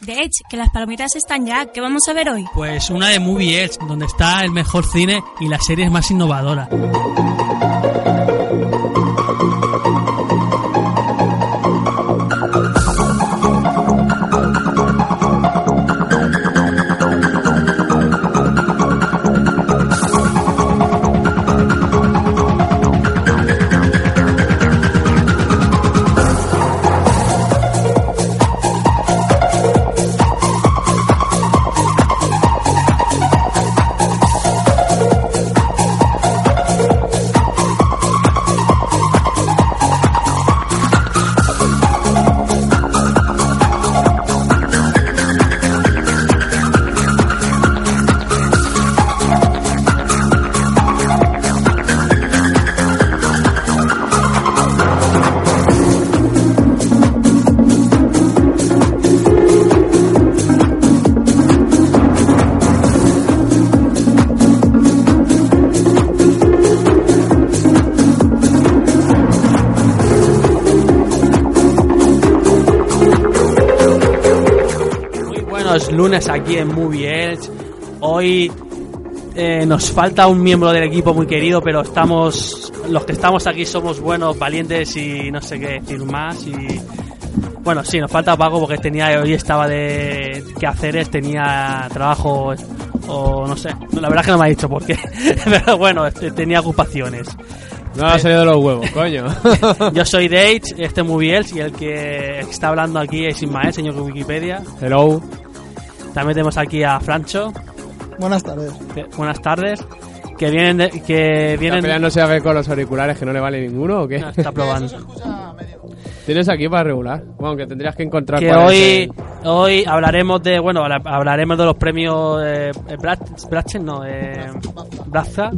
De Edge, que las palomitas están ya. ¿Qué vamos a ver hoy? Pues una de Movie Edge, donde está el mejor cine y las series más innovadoras. Buenos lunes aquí en Movie Edge. Hoy eh, nos falta un miembro del equipo muy querido, pero estamos los que estamos aquí somos buenos, valientes y no sé qué decir más. Y bueno, sí, nos falta Paco porque tenía hoy estaba de que haceres, tenía trabajo o no sé. La verdad es que no me ha dicho por qué, pero bueno, este, tenía ocupaciones. No ha salido de los huevos, coño. Yo soy Dage, este es Movie Edge y el que está hablando aquí es Ismael, señor Wikipedia. Hello. También tenemos aquí a Francho. Buenas tardes. Que- buenas tardes. Que vienen de- que ¿La vienen pelea no se ve con los auriculares que no le vale ninguno o qué? No, está probando. Tienes aquí para regular. Bueno, que tendrías que encontrar Que cuál es hoy el- hoy hablaremos de bueno, habla- hablaremos de los premios eh, eh, Brat- Bratchen, no, eh, Brazza.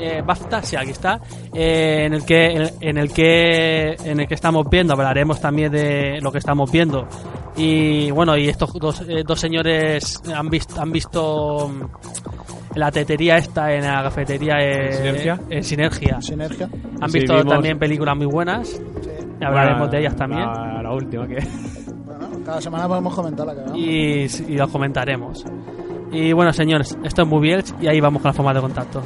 Eh, BAFTA, sí, aquí está. Eh, en el que en, en el que en el que estamos viendo, hablaremos también de lo que estamos viendo. Y bueno, y estos dos, eh, dos señores han visto han visto mm, la tetería esta en la cafetería eh, Sinergia? en Sinergia. Sinergia. Han Sí, visto vimos- también películas muy buenas. Y hablaremos Bueno, de ellas también. La, la última que. Bueno, cada semana podemos comentar la que hagamos. Y, y lo comentaremos. Y bueno, señores, esto es Movie Elch y ahí vamos con la forma de contacto.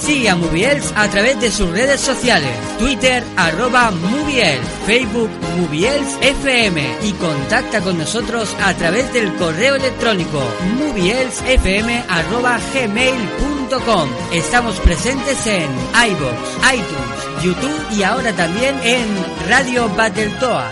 Sigue a Moviels a través de sus redes sociales, Twitter arroba Moviels, Facebook Moviels FM y contacta con nosotros a través del correo electrónico movielsfm arroba gmail.com. Estamos presentes en iBox, iTunes, YouTube y ahora también en Radio Battletoad.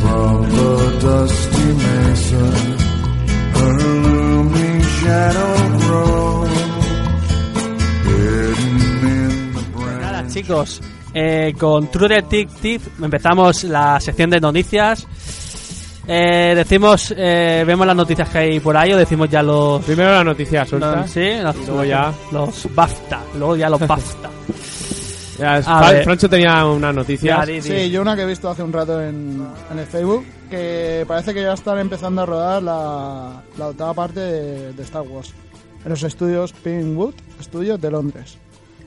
From the dusty mesa, an looming shadow grows, hidden in the Mm. Nada, branch. chicos, eh, con True Detective empezamos la sección de noticias. Eh, decimos, eh, vemos las noticias que hay por ahí o decimos ya los. Primero la noticia suelta. los- sí, los, luego ya. los BAFTA, luego ya los BAFTA. Ya, A Fran- ver. Francho tenía una noticia. Ya, di- Sí, yo una que he visto hace un rato en, en el Facebook, que parece que ya están empezando a rodar la, la octava parte de, de Star Wars en los estudios Pinewood Studios de Londres.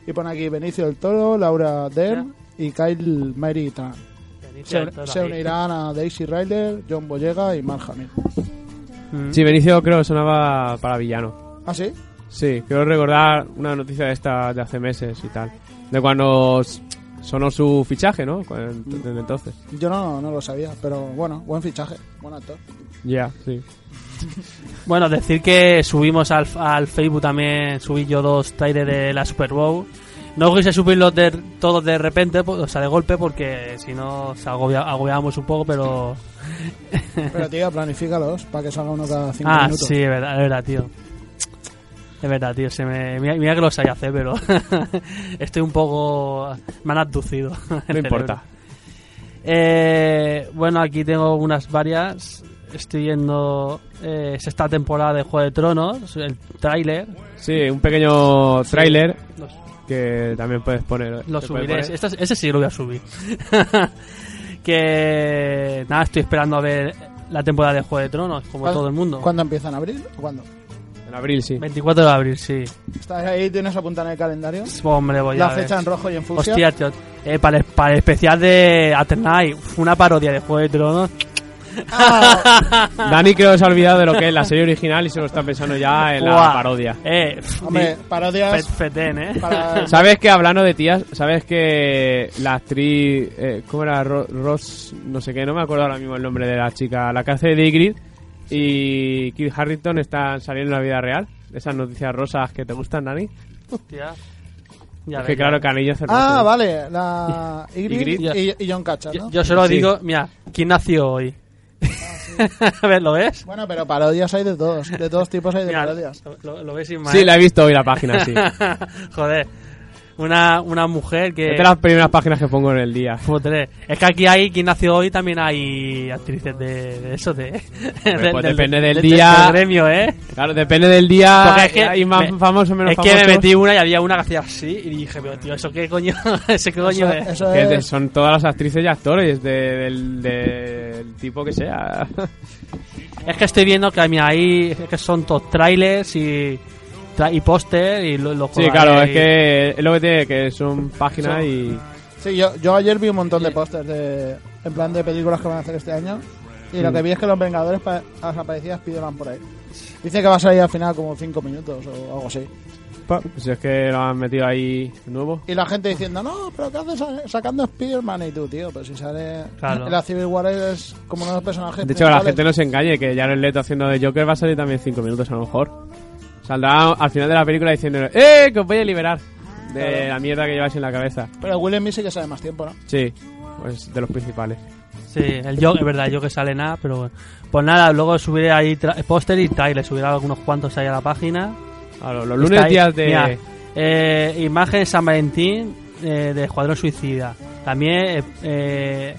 Y pone aquí Benicio del Toro, Laura Dern y Kyle Mary Tran. Se, se unirán a Daisy Ridley, John Boyega y Mark Hamill. Sí, Benicio creo que sonaba para villano. ¿Ah, sí? Sí, quiero recordar una noticia de esta de hace meses y tal. De cuando s- sonó su fichaje, ¿no? Cu- ent- Desde entonces. Yo no, no lo sabía, pero bueno, buen fichaje, buen actor. Ya, sí. Bueno, decir que subimos al, al Facebook también, subí yo dos trailers de la Super Bowl. No quise subirlos de, todos de repente, po- o sea, de golpe, porque si no se agobia- agobiábamos un poco, pero... Pero tío, planifícalos para que salga uno cada cinco Ah, minutos. sí, es verdad, es verdad, tío. Es verdad, tío, se me... Mira, mira que lo sabía hacer, pero... estoy un poco... Me han abducido. el No cerebro. importa. Eh, bueno, aquí tengo unas varias. Estoy viendo eh, es esta temporada de Juego de Tronos, el tráiler. Sí, un pequeño tráiler que también puedes poner. eh, Lo se puede subiré. poner. Este- ese sí lo voy a subir. que nada, estoy esperando a ver la temporada de Juego de Tronos, como todo el mundo. ¿Cuándo empiezan? ¿Abril o cuándo? En abril, sí. 24 de abril, sí. ¿Estás ahí? ¿Tienes apuntado en el calendario? Hombre, voy La a ver. fecha en rojo y en fucsia. Hostia, tío. Eh, para, el, para el especial de Aternay, una parodia de Juego de Tronos. Ah, Dani creo que se ha olvidado de lo que es la serie original y se lo está pensando ya en la Buah. parodia. Eh, hombre, parodias Fetén, eh. para... ¿Sabes que hablando de tías, sabes que la actriz, eh, ¿cómo era? Ro- Ross, no sé qué, no me acuerdo ahora mismo el nombre de la chica, la que hace de Ygritte y Kit Harrington están saliendo en la vida real. Esas noticias rosas que te gustan, Dani. Hostia. Ya ves, es que ya claro, ves. Canillo hace Ah, rosas. vale, la Ygritte Ygritte. y, y John Cacha, Yo, ¿no? Ah, yo solo Sí. digo, mira, ¿quién nació hoy? A ver, ¿lo ves? Bueno, pero parodias hay de todos, de todos tipos hay de Mira, parodias. lo, lo ves sin más. Sí, la he visto hoy la página, sí. es Joder. Una, una mujer que. de las primeras páginas que pongo en el día. Joder. Es que aquí hay quien nació hoy, también hay actrices de, de eso, de, de- pues depende del día. del gremio, ¿eh? Claro, depende del día. Porque es que hay más me- famosos o menos es que me famosos. metí una y había una que hacía así y dije, pero tío, ¿eso qué coño? ¿Eso qué coño Eso, es? eso Que de- es... son todas las actrices y actores de- del, del tipo que sea. Es que estoy viendo que mira, ahí es que son todos trailers y, tra- y póster y lo, lo Sí, colgaré claro, es ahí. que es lo que tiene, que son páginas Sí. y... Sí, yo, yo ayer vi un montón de pósters de, en plan de películas que van a hacer este año y Mm. lo que vi es que los Vengadores pa- desaparecidas Spiderman por ahí. Dice que va a salir al final como 5 minutos o algo así. pa, Si pues es que lo han metido ahí nuevo. Y la gente diciendo, no, pero ¿qué haces sa- sacando a Spiderman? Y tú, tío, pero si sale... Claro. La Civil War es como uno de los personajes De hecho, la principales. gente no se engañe, que Jared Leto haciendo de Joker va a salir también 5 minutos a lo mejor. Saldrá al final de la película diciendo, ¡eh, que os voy a liberar! De la mierda que lleváis en la cabeza. Pero Will Smith sí que sale más tiempo, ¿no? Sí, pues de los principales. Sí, el yo, es verdad, yo que sale nada, pero bueno. Pues nada, luego subiré ahí tra- póster y trailer, subiré algunos cuantos ahí a la página. A lo- los Está lunes ahí- días de... mira, eh, imagen de San Valentín eh, de Escuadrón Suicida. También eh, eh,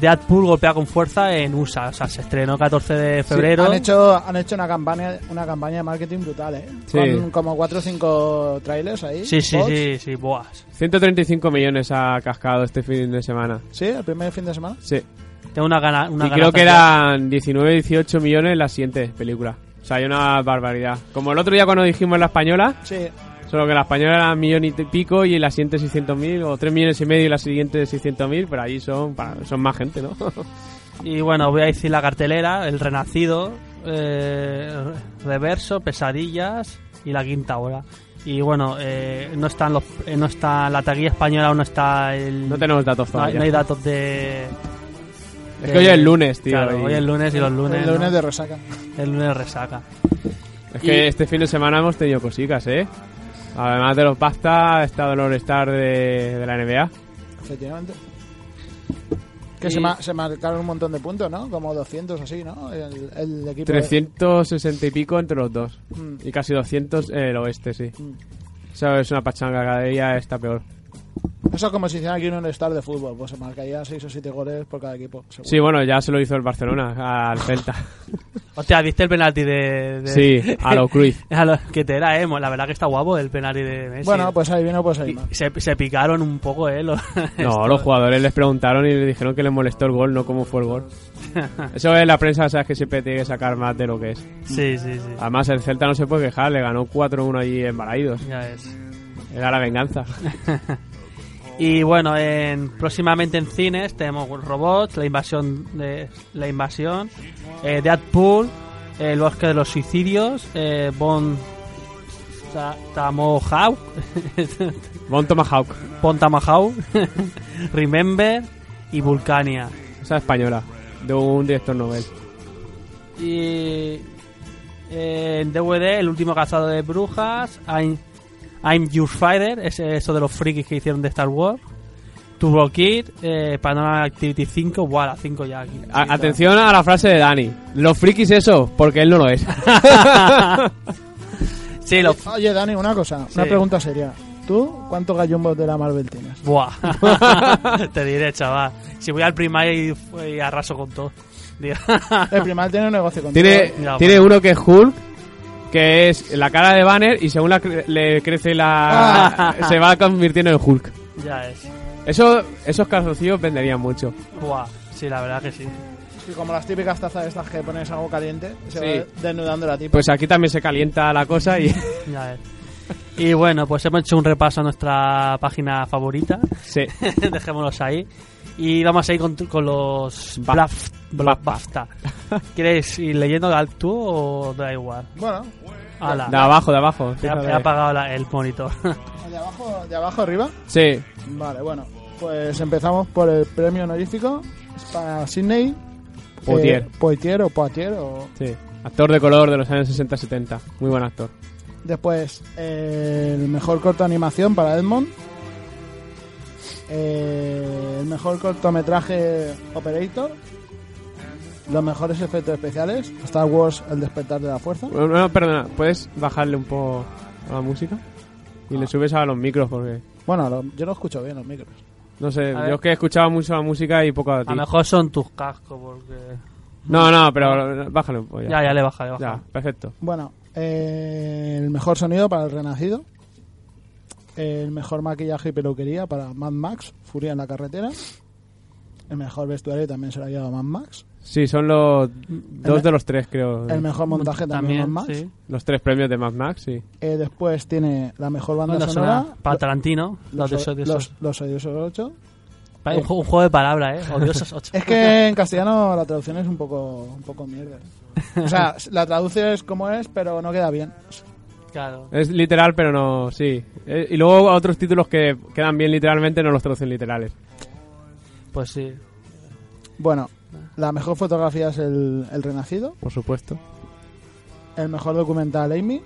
Deadpool golpea con fuerza en USA. O sea, se estrenó 14 de febrero. Han hecho, han hecho una campaña, una campaña de marketing brutal, ¿eh? Sí. Con como 4 o 5 trailers ahí. sí, sí, spots. sí, sí, boas. 135 millones ha cascado este fin de semana. Sí, el primer fin de semana. Sí. Tengo una gana. Una y gana creo que bastante- eran 19, 18 millones la siguiente película. O sea, hay una barbaridad. Como el otro día cuando dijimos la española, Sí, solo que la española era un millón y te- pico y la siguiente 600.000, o 3 millones y medio y la siguiente 600.000, pero ahí son, para- son más gente, ¿no? Y bueno, voy a decir la cartelera, El Renacido, eh, Reverso, Pesadillas y La Quinta Hora. Y bueno, eh, no están los, eh, no está la taquilla española, aún no está el... No tenemos datos no hay- todavía. no hay datos de... Es que hoy es lunes, tío. Claro, y- hoy es lunes y los lunes... el ¿no? lunes de resaca. El lunes resaca. Es que este fin de semana hemos tenido cositas, ¿eh? Además de los pasta, ha estado el All-Star de, de la NBA. Efectivamente. Que Y- se, ma- se marcaron un montón de puntos, ¿no? Como 200 así, ¿no? El, el equipo. de- 360 y pico entre los dos. Mm. Y casi 200 el oeste, sí. Mm. O sea, es una pachanga, cada día está peor. Eso es como si hicieran aquí un estar de fútbol, pues se marcarían 6 o 7 goles por cada equipo. seguro. Sí, bueno, ya se lo hizo el Barcelona al Celta. Hostia, ¿viste el penalti de. de- Sí, a lo Cruyff. a lo que te era, eh. Mo- La verdad que está guapo el penalti de Messi. eh. Bueno, pues ahí viene, pues ahí Y- mal. y se, se picaron un poco, eh. Los, No, los jugadores les preguntaron y le dijeron que les molestó el gol, no cómo fue el gol. Eso es la prensa, sabes que siempre tiene que sacar más de lo que es. Sí, sí, sí. Además, el Celta no se puede quejar, le ganó 4-1 allí en Balaídos. Ya ves. Era la venganza. Y bueno, en, próximamente en cines tenemos Robots, La Invasión, de, la invasión eh, Deadpool, El Bosque de los Suicidios, eh, Bon Sa- Tamohawk, Bon Tomahawk, Bon Tamohawk, Remember y Vulcania. esa española, de un director novel. Y eh, en DVD, El Último Cazado de Brujas, I'm, I'm Your Fighter, es eso de los frikis que hicieron de Star Wars. Turbo Kid, eh, Panorama Activity 5, wow, la 5 ya aquí. A- atención a la frase de Dani. Los frikis eso, porque él no lo es. sí, los. Oye, Dani, una cosa, una Sí. pregunta seria. ¿Tú cuántos gallumbos de la Marvel tienes? Buah. Te diré, chaval. Si voy al primario y, y arraso con todo. Digo, El primal tiene un negocio contigo. Tiene, Ya, tiene uno que es Hulk, que es la cara de Banner y según la cre- le crece la... Ah. se va convirtiendo en Hulk. ya es. Eso, esos calzoncillos venderían mucho. Buah. Sí, la verdad que sí. Y como las típicas tazas estas que pones algo caliente, se Sí. va desnudando la tipa. Pues aquí también se calienta la cosa y... Ya es. Y bueno, pues hemos hecho un repaso a nuestra página favorita. sí. Dejémoslos ahí. Y vamos a ir con, tu- con los Ba- Blaf- Bla- Ba- BAFTA. ¿Quieres ir leyendo al tú o da igual? Bueno, Ala, De abajo, de abajo. se ha, fíjate. se ha apagado la- el monitor. de abajo, de abajo arriba. Sí. Vale, bueno. Pues empezamos por el premio honorífico para Sydney. Poitier. Poitier o Poitier o... sí. Actor de color de los años 60-70. Muy buen actor. Después, eh, el mejor corto de animación para Edmond. Eh, el mejor cortometraje Operator. Los mejores efectos especiales. Star Wars, El despertar de la fuerza. Bueno, no, perdona. ¿Puedes bajarle un poco a la música? Y Ah. le subes a los micros porque... Bueno, lo- yo no escucho bien los micros. No sé, A ver. yo es que escuchaba mucho la música y poco a A ti. lo mejor son tus cascos porque... No, no, pero bájale un poco ya. Ya, ya le baja, le baja. Ya, perfecto. Bueno, eh, el mejor sonido para El Renacido. El mejor maquillaje y peluquería para Mad Max, Furia en la carretera. El mejor vestuario también se lo ha llevado Mad Max. Sí, son los dos de los tres, creo. El mejor montaje también, Mad Max. sí. Los tres premios de Mad Max, sí. Eh, después tiene la mejor banda Banda sonora. sonora Para Tarantino, los, los, odiosos- los- los odiosos ocho. Pa- un, ju- un juego de palabras, ¿eh? Odiosos 8. Es que en castellano la traducción es un poco, un poco mierda. O sea, la traduces como es, pero no queda bien. Claro. Es literal, pero no, sí. Eh, y luego otros títulos que quedan bien literalmente no los traducen literales. Pues sí. Bueno, la mejor fotografía es el, el Renacido. Por supuesto. El mejor documental, Amy.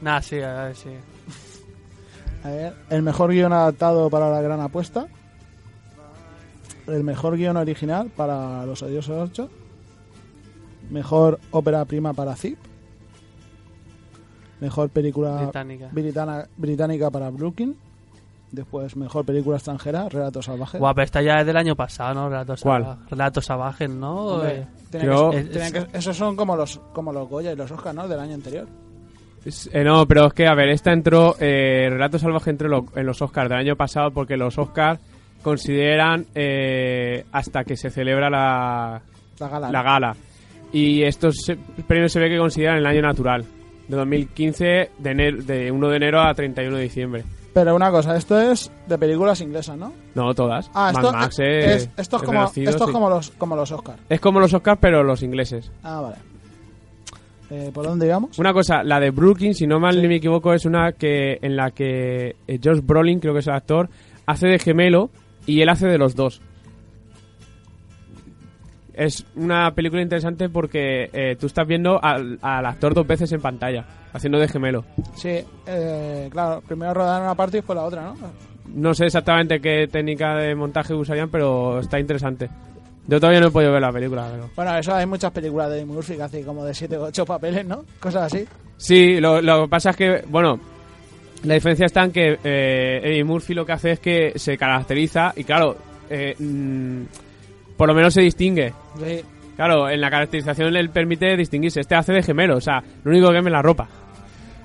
Nada, sí, a ver, sí. A ver, el mejor guión adaptado para la gran apuesta. El mejor guión original para Los Odiosos 8. Mejor ópera prima para Zip. Mejor película Británica. britana- británica para Brooklyn. Después, mejor película extranjera, Relatos Salvajes. Guau, pero esta ya es del año pasado, ¿no? Relatos, ¿Cuál? Salva- Relatos salvajes, ¿no? Hombre, Eh, tenía yo- que- tenía que- esos son como los, como los Goya y los Oscar, ¿no? Del año anterior. Es- eh, no, pero es que, a ver, esta entró, eh, Relato Salvaje entró en lo- en los Oscars del año pasado porque los Oscars consideran eh, hasta que se celebra la, La gala. la gala. Y estos se- premios se ve que consideran el año natural, de 2015, de, enero- de 1 de enero a 31 de diciembre. Pero una cosa, esto es de películas inglesas, ¿no? No, todas. Ah, Mad esto, Max, eh, es, esto es, como, Renacido, esto es sí. como, los, como los Oscar. Es como los Oscars, pero los ingleses. Ah, vale. Eh, ¿Por dónde íbamos? Una cosa, la de Brooklyn, si no mal me equivoco, es una que en la que eh, Josh Brolin, creo que es el actor, hace de gemelo y él hace de los dos. Es una película interesante porque eh, tú estás viendo al, al actor dos veces en pantalla, haciendo de gemelo. Sí, eh, claro, primero rodaron una parte y después la otra, ¿no? No sé exactamente qué técnica de montaje usarían, pero está interesante. Yo todavía no he podido ver la película, pero... Bueno, eso hay muchas películas de Eddie Murphy que hace como de 7 o 8 papeles, ¿no? Cosas así. Sí, lo, lo que pasa es que, bueno, La diferencia está en que eh, Eddie Murphy lo que hace es que se caracteriza y claro, eh, mm, por lo menos se distingue. Sí. Claro, en la caracterización él permite distinguirse. Este hace de gemelo, o sea, lo único que cambia es la ropa.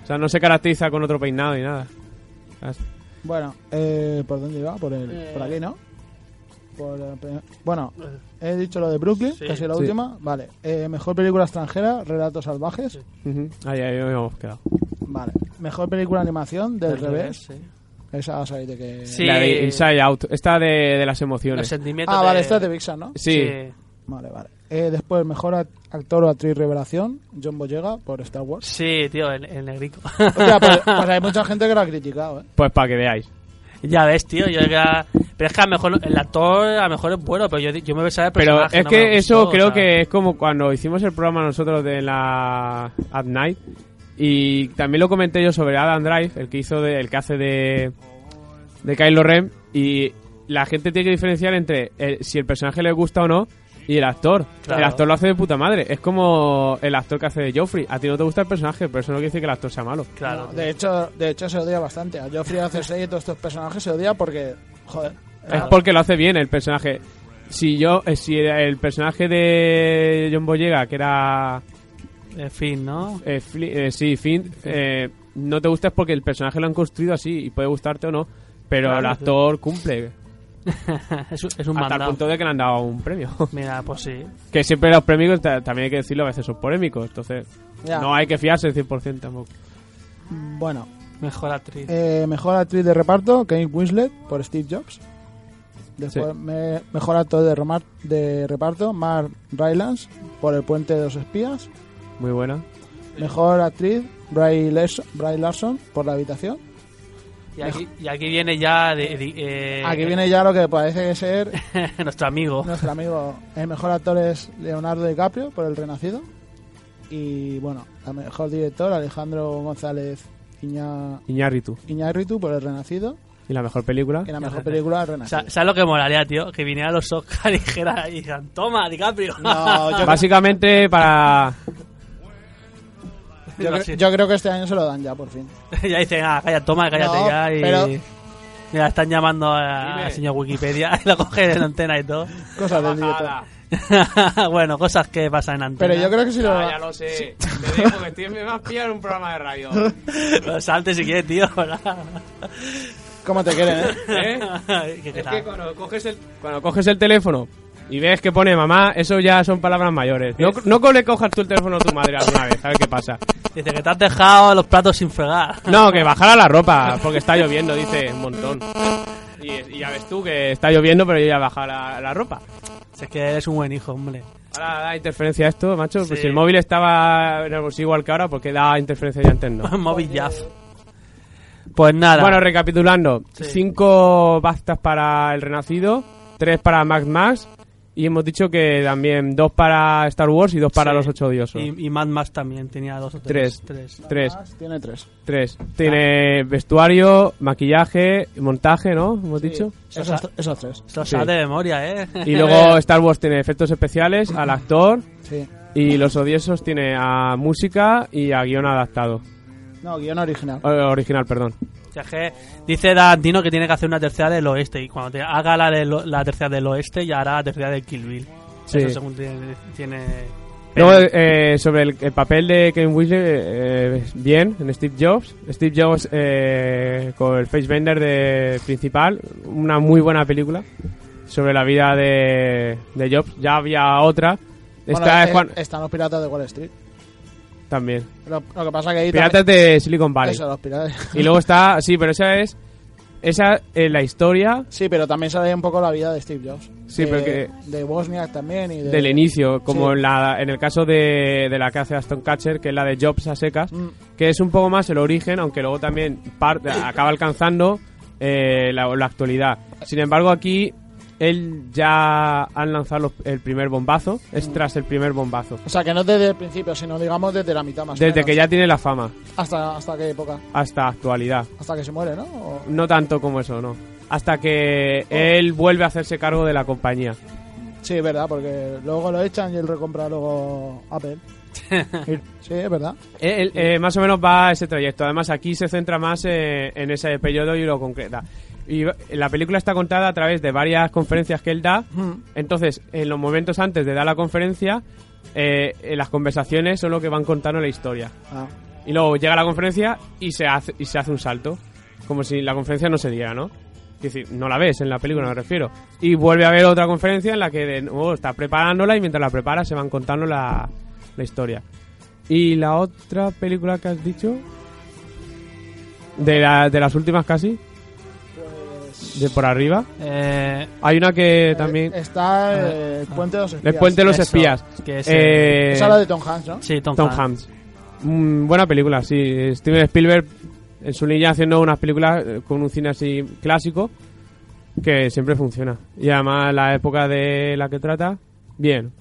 O sea, no se caracteriza con otro peinado y nada. ¿Sabes? Bueno, eh, ¿por dónde iba? Por, el, por aquí, ¿no? Por, eh, bueno, he dicho lo de Brooklyn, que ha sido la Sí. última. Vale. Eh, mejor película extranjera, Relatos Salvajes. Ujú. Ahí, ahí hemos quedado. Vale. Mejor película de animación, del, Del revés. revés, sí. Esa sabéis de que... Sí. La de Inside Out, esta de, de las Los emociones. sentimientos. Ah, vale, esta es de de... Vixen, ¿no? sí. Vale, vale. Eh, después, mejor act- actor o actriz revelación, John Boyega, por Star Wars. Sí, tío, el, el negrito. O sea, pues, pues hay mucha gente que lo ha criticado, ¿eh? Pues para que veáis. ya ves, tío. Yo ya... Pero es que a lo mejor el actor a lo mejor es bueno, pero yo, yo me voy a saber Pero personaje, es no que me eso gustó, creo o sea. que es como cuando hicimos el programa nosotros de la At Night y también lo comenté yo sobre Adam Drive, el que hizo de, el que hace de de Kylo Ren y la gente tiene que diferenciar entre el- si el personaje le gusta o no y el actor. Claro. El actor lo hace de puta madre. Es como el actor que hace de Joffrey. A ti no te gusta el personaje, pero eso no quiere decir que el actor sea malo. Claro. tío. De hecho, de hecho se odia bastante. A Joffrey a Cersei y todos estos personajes se odia porque... Joder. Es porque lo hace bien el personaje. Si yo, eh, si el personaje de John Boyega, que era En fin, ¿no? Eh, Fli- eh, sí, Finn. eh, no te gusta es porque el personaje lo han construido así y puede gustarte o no, pero Claro, el actor cumple. es, un- es un Hasta el mandado. punto de que le han dado un premio. Mira, pues sí. que siempre los premios, ta- también hay que decirlo, a veces son polémicos. Entonces, Ya. no hay que fiarse 100% tampoco. Bueno, Mejor actriz. eh, mejor actriz de reparto, Kate Winslet, por Steve Jobs. Después, Sí. me- mejor actor de, romar- de reparto, Mark Rylance, por El puente de los espías. Muy buena. Mejor actriz, Bray Larson, Bray Larson, por La habitación. y, aquí, y aquí viene ya. de- de- eh, Aquí viene ya lo que parece ser nuestro amigo. nuestro amigo. El mejor actor es Leonardo DiCaprio por El Renacido. Y bueno, el mejor director Alejandro González Iña, Iñárritu. Iñárritu por El Renacido. Y la mejor película. Y la mejor película El O Renacido. sea, ¿Sabes lo que molaría, tío? Que viniera los Oscar y dijera, y dijeran, toma, DiCaprio. No, yo, Básicamente para... yo no cre- sé. yo creo que este año se lo dan ya por fin. ya dicen, ah, calla, toma, cállate No, ya. Y... pero- Mira, están llamando a- al señor Wikipedia y lo coge en antena y todo. Cosas del director. bueno, cosas que pasan en antena. Pero yo creo que si lo Ah, lo sé. Te digo que me vas a pillar un programa de radio. Lo salte si quieres, tío. Como te quieren, ¿eh? ¿Qué, Es que cuando coges el, cuando coges el teléfono y ves que pone mamá, eso ya son palabras mayores. No, no co- le cojas tú el teléfono a tu madre alguna vez, a ver qué pasa. Dice que te has dejado los platos sin fregar. No, que bajara la ropa, porque está lloviendo, dice un montón. Y, y ya ves tú que está lloviendo, pero yo ya baja la, la ropa. Si es que eres un buen hijo, hombre. Ahora da interferencia esto, macho. Pues Sí. si el móvil estaba en el bolsillo igual que ahora, porque da interferencia ya antes no? Móvil Jaff. Pues nada. Bueno, recapitulando: Sí. cinco bastas para El Renacido, tres para Max Max, y hemos dicho que también dos para Star Wars y dos para Sí. Los Ocho Odiosos. y, y Mad Max también tenía dos o tres. Tres. Tres, Tiene tres. tres. Tiene vestuario, maquillaje, montaje, ¿no? Hemos dicho. Esos, esos tres. Esto Sí. sale de memoria, ¿eh? Y luego Star Wars tiene efectos especiales al actor Sí. y Los Odiosos tiene a música y a guión adaptado. No, guión original. O- original, perdón. O sea, que dice Dantino que tiene que hacer una tercera del oeste. Y cuando te haga la, de lo- la tercera del oeste, ya hará la tercera del Kill Bill. Sí. Eso según tiene. tiene- Luego, eh, sobre el, el papel de Ken Weasley, eh, bien, en Steve Jobs. Steve Jobs eh, con el Facebender de principal, una muy buena película sobre la vida de, de Jobs. Ya había otra. Esta Bueno, es eh, Juan... Están los piratas de Wall Street. También. Lo, lo que pasa que ahí Piratas de Silicon también- Valley. Eso, los piratas. Y luego está, sí, pero esa es esa es la historia Sí, pero también sale un poco la vida de Steve Jobs. Sí, de, pero que- De Bosnia también y de... del inicio, como Sí. en, la, en el caso de, de la que hace Aston Catcher, que es la de Jobs a secas, Mm. que es un poco más el origen, aunque luego también par- acaba alcanzando eh, la, la actualidad. Sin embargo, aquí él ya han lanzado los- el primer bombazo, es tras el primer bombazo, Mm. O sea, que no desde el principio, sino digamos desde la mitad más o desde menos. que ya tiene la fama Hasta, hasta qué época. hasta actualidad. Hasta que se muere, ¿no? O- No tanto como eso, no. Hasta Oh. que él vuelve a hacerse cargo de la compañía. Sí, es verdad, porque luego lo echan y él recompra luego Apple. Ir. Sí, es verdad. Eh, el- eh, más o menos va ese trayecto. Además, aquí se centra más eh, en ese periodo y lo concreta. Y va- la película está contada a través de varias conferencias que él da. Mm. Entonces, en los momentos antes de dar la conferencia, eh, eh, las conversaciones son lo que van contando la historia. Ah, Y luego llega la conferencia y se hace, y se hace un salto. Como si la conferencia no se diera, ¿no? Es decir, no la ves en la película, me refiero. Y vuelve a haber otra conferencia en la que de nuevo está preparándola y mientras la prepara se van contando la, la historia. ¿Y la otra película que has dicho? De, la- de las últimas casi. De por arriba. Eh, Hay una que eh, también... está Ah, eh, el puente de los espías. El puente de los eso, espías. que es Eh, Esa es la de Tom Hanks, ¿no? Sí, Tom, Tom Hanks. Hanks. Mm, buena película, sí. Steven Spielberg en su línea haciendo unas películas eh, con un cine así clásico que siempre funciona. Y además la época de la que trata, bien.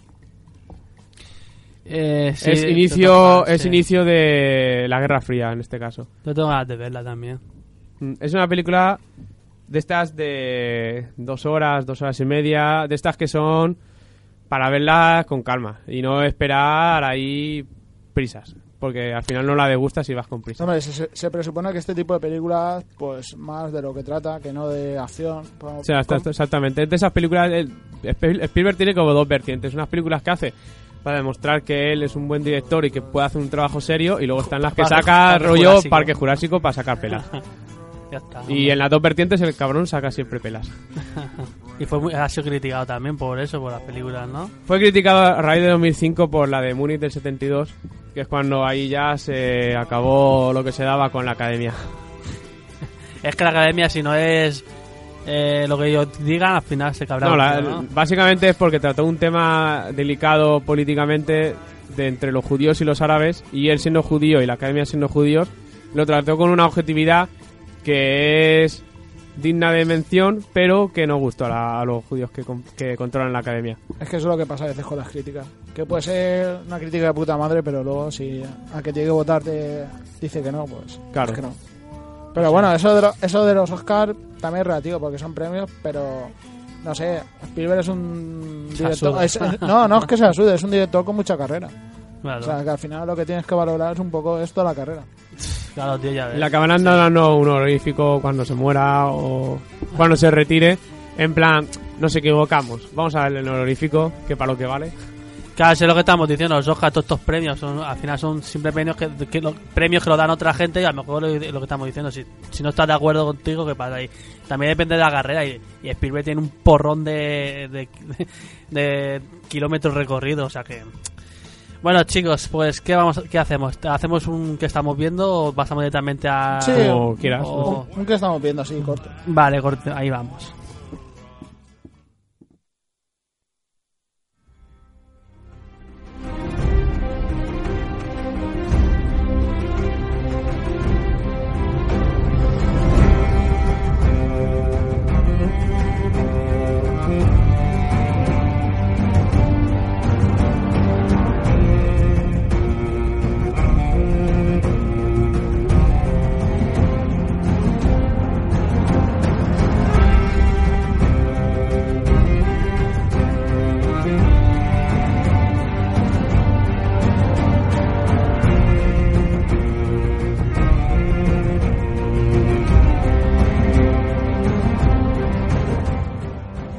Eh, sí, es de inicio, Tom Hanks, es sí. inicio de la Guerra Fría en este caso. Yo tengo ganas de verla también. Mm, Es una película de estas de dos horas, dos horas y media, de estas que son para verlas con calma y no esperar ahí prisas, porque al final no la degustas si vas con prisas. Hombre, se- se, se presupone que este tipo de películas, pues más de lo que trata, que no de acción. pues, O sea, este está- está- exactamente. Es de esas películas. el- Spiel- Spielberg tiene como dos vertientes. Unas películas que hace para demostrar que él es un buen director y que puede hacer un trabajo serio. Y luego están las que Parque- saca Parque rollo Jurásico. Parque Jurásico para sacar pelas. Ya está. Y en las dos vertientes el cabrón saca siempre pelas. Y fue muy- ha sido criticado también por eso, por las películas, ¿no? Fue criticado a raíz de 2005 por la de Múnich del 72, que es cuando ahí ya se acabó lo que se daba con la academia. Es que la academia, si no es eh, lo que ellos digan, al final se cabrá. No, mucho, la- ¿no? básicamente es porque trató un tema delicado políticamente de entre los judíos y los árabes, y él siendo judío y la academia siendo judíos, lo trató con una objetividad que es digna de mención, pero que no gustó a, la- a los judíos que, con- que controlan la academia. Es que eso es lo que pasa a veces con las críticas. Que puede ser una crítica de puta madre, pero luego si a que tiene que votar te dice que no, pues Claro. es que no. Pero bueno, eso de, lo- eso de los Oscars también es relativo, porque son premios, pero no sé, Spielberg es un Se director... asuda. es- es- no, no es que se asude, es un director con mucha carrera. Claro, O sea, que al final lo que tienes que valorar es un poco esto de la carrera. claro, tío, ya ves. Le acabarán dando un honorífico cuando se muera o cuando se retire, en plan, nos equivocamos, vamos a darle el honorífico, que para lo que vale. Claro, eso es lo que estamos diciendo, los Oscars, todos estos premios, son, al final son simples premios que, que lo- premios que lo dan otra gente y a lo mejor lo, lo que estamos diciendo, si, si no estás de acuerdo contigo, ¿qué pasa ahí? También depende de la carrera y, y Spielberg tiene un porrón de, de, de kilómetros recorridos, o sea que... Bueno chicos, pues ¿qué vamos qué hacemos? ¿Hacemos un que estamos viendo o pasamos directamente a...? Sí. Oh. Como quieras. o- Un, un que estamos viendo así, corto. Vale, corte- ahí vamos.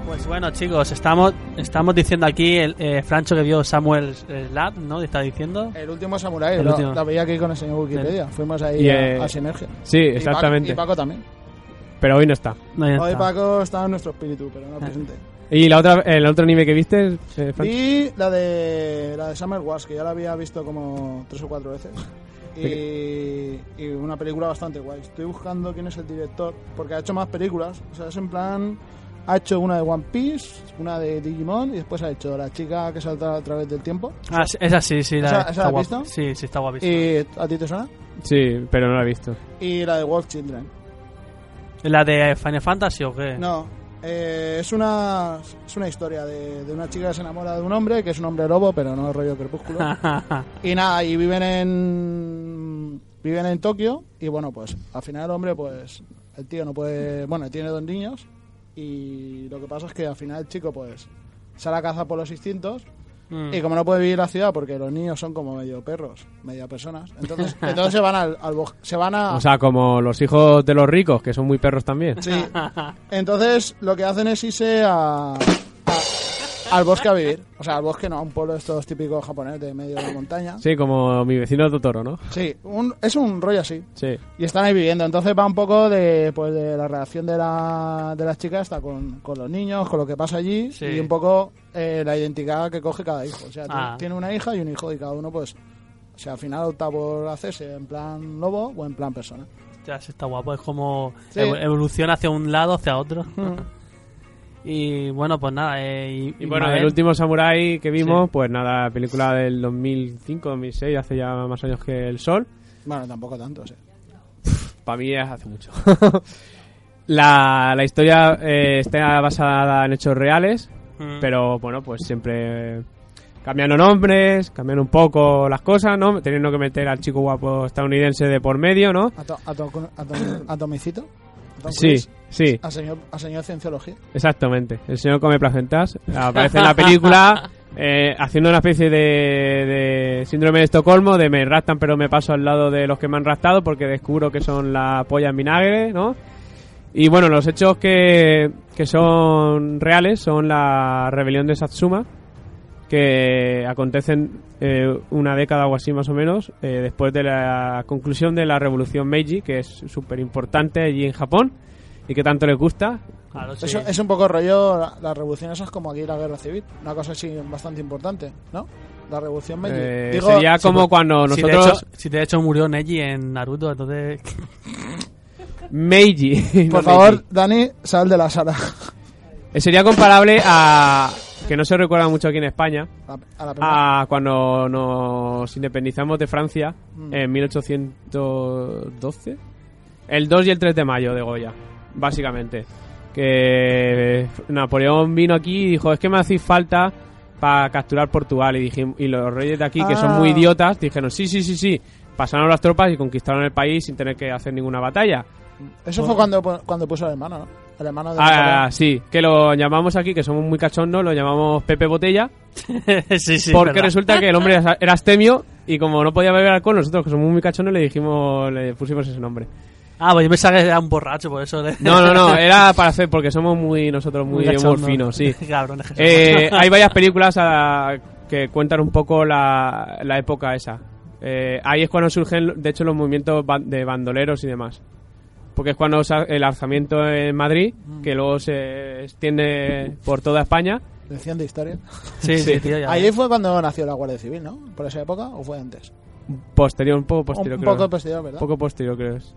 Pues bueno, chicos, estamos, estamos diciendo aquí el eh, Francho que vio Samuel Lab, ¿no? Está diciendo. El último Samurai, El lo, último. la veía aquí con el señor Wikipedia. Fuimos ahí Y, a, eh, a Sinergia. Sí, Y Paco- exactamente. Y Paco, también. Pero hoy no está. Ahí Hoy está. Paco está en nuestro espíritu, pero no Ah, presente. ¿Y la otra, el otro anime que viste? eh, Frank? Vi la de, la de Summer Wars, que ya la había visto como tres o cuatro veces. Y, y una película bastante guay. Estoy buscando quién es el director, porque ha hecho más películas. O sea, es en plan. Ha hecho una de One Piece, una de Digimon, y después ha hecho La chica que salta a través del tiempo. Ah, sí, esa sí, sí. La, ¿Esa- está esa la has guapa. visto? Eh, Sí, sí, está guapísima. Y, ¿A ti te suena? Sí, pero no la he visto. Y la de Wolf Children. ¿La de Final Fantasy o qué? No, eh, es una es una historia de, de una chica que se enamora de un hombre, que es un hombre lobo, pero no es rollo crepúsculo. y nada, y viven en viven en Tokio y bueno, pues al final el hombre pues el tío no puede, bueno, tiene dos niños y lo que pasa es que al final el chico pues sale a caza por los instintos Mm. Y como no puede vivir la ciudad porque los niños son como medio perros, medio personas, entonces, entonces se van al, al bosque, se van a... O sea, como los hijos de los ricos, que son muy perros también. Ah. sí. Entonces lo que hacen es irse a, a- al bosque a vivir. O sea, al bosque no, a un pueblo de estos típicos japoneses de medio de la montaña. Sí, como mi vecino Totoro, ¿no? Sí, un- es un rollo así. Sí. Y están ahí viviendo. Entonces va un poco de, pues, de la relación de, la, de las chicas está con, con los niños, con lo que pasa allí Sí. y un poco eh, la identidad que coge cada hijo. O sea, Ah. tiene- tiene una hija y un hijo y cada uno pues... O sea, al final opta por hacerse en plan lobo o en plan persona. Ya se está guapo, es como Sí. ev- evoluciona hacia un lado, hacia otro. y bueno, pues nada. eh, y, Y bueno, Mabel, el último Samurai que vimos, Sí. pues nada, película del 2005, 2006, hace ya más años que el sol. Bueno, tampoco tanto, sí. Para mí es hace mucho. la, la historia eh, está basada en hechos reales, Mm. pero bueno, pues siempre cambian los nombres, cambian un poco las cosas, ¿no? Teniendo que meter al chico guapo estadounidense de por medio, ¿no? ¿A, to, a, to- a to- a Tomicito? ¿A Tom Sí, Cruise? sí. ¿A señor, a señor Cienciología? Exactamente. El señor come placentas. Aparece en la película eh, haciendo una especie de, de síndrome de Estocolmo, de me raptan pero me paso al lado de los que me han raptado porque descubro que son la polla en vinagre, ¿no? Y bueno, los hechos que, que son reales son la rebelión de Satsuma, que acontecen eh, una década o así más o menos, eh, después de la conclusión de la revolución Meiji, que es súper importante allí en Japón y que tanto les gusta, Claro, sí. Eso es un poco rollo, la, la revolución esa es como aquí la guerra civil, una cosa así bastante importante, ¿no? La revolución Meiji. Eh, Digo, sería pues, como cuando si, de nosotros hecho, si de hecho murió Neji en Naruto, entonces. Meiji no por Meiji. favor, Dani, sal de la sala. Eh, sería comparable a que no se recuerda mucho aquí en España A, a la primera. a cuando nos independizamos de Francia Mm. en 1812 el 2 y el 3 de mayo de Goya básicamente que eh, Napoleón vino aquí y dijo es que me hacéis falta para capturar Portugal y dijim- y los reyes de aquí que son Ah. muy idiotas dijeron sí sí sí sí pasaron las tropas y conquistaron el país sin tener que hacer ninguna batalla Eso fue cuando, pu- cuando puso el hermano, ¿no? El hermano de pues- Ah, sí, que lo llamamos aquí, que somos muy cachondos, lo llamamos Pepe Botella, sí, sí. porque verdad. resulta que el hombre era- era astemio y como no podía beber alcohol, nosotros que somos muy cachondos le dijimos, le pusimos ese nombre. Ah, pues yo pensaba que era un borracho, por eso. le- No, no, no, era para hacer, porque somos muy, nosotros muy, de humor cachondo. fino, sí. Cabrón, es que Eh, hay varias películas ah, que cuentan un poco la, la época esa. Eh, ahí es cuando surgen, de hecho, los movimientos ban- de bandoleros y demás. Porque es cuando sa- el alzamiento en Madrid, Mm. que luego se extiende por toda España. Lección de historia. Sí, sí, sí. tío. ya Ahí ves. fue cuando nació la Guardia Civil, ¿no? ¿Por esa época o fue antes? Posterior, un poco posterior, Pues un creo. poco posterior, ¿verdad? Un poco posterior, creo. es.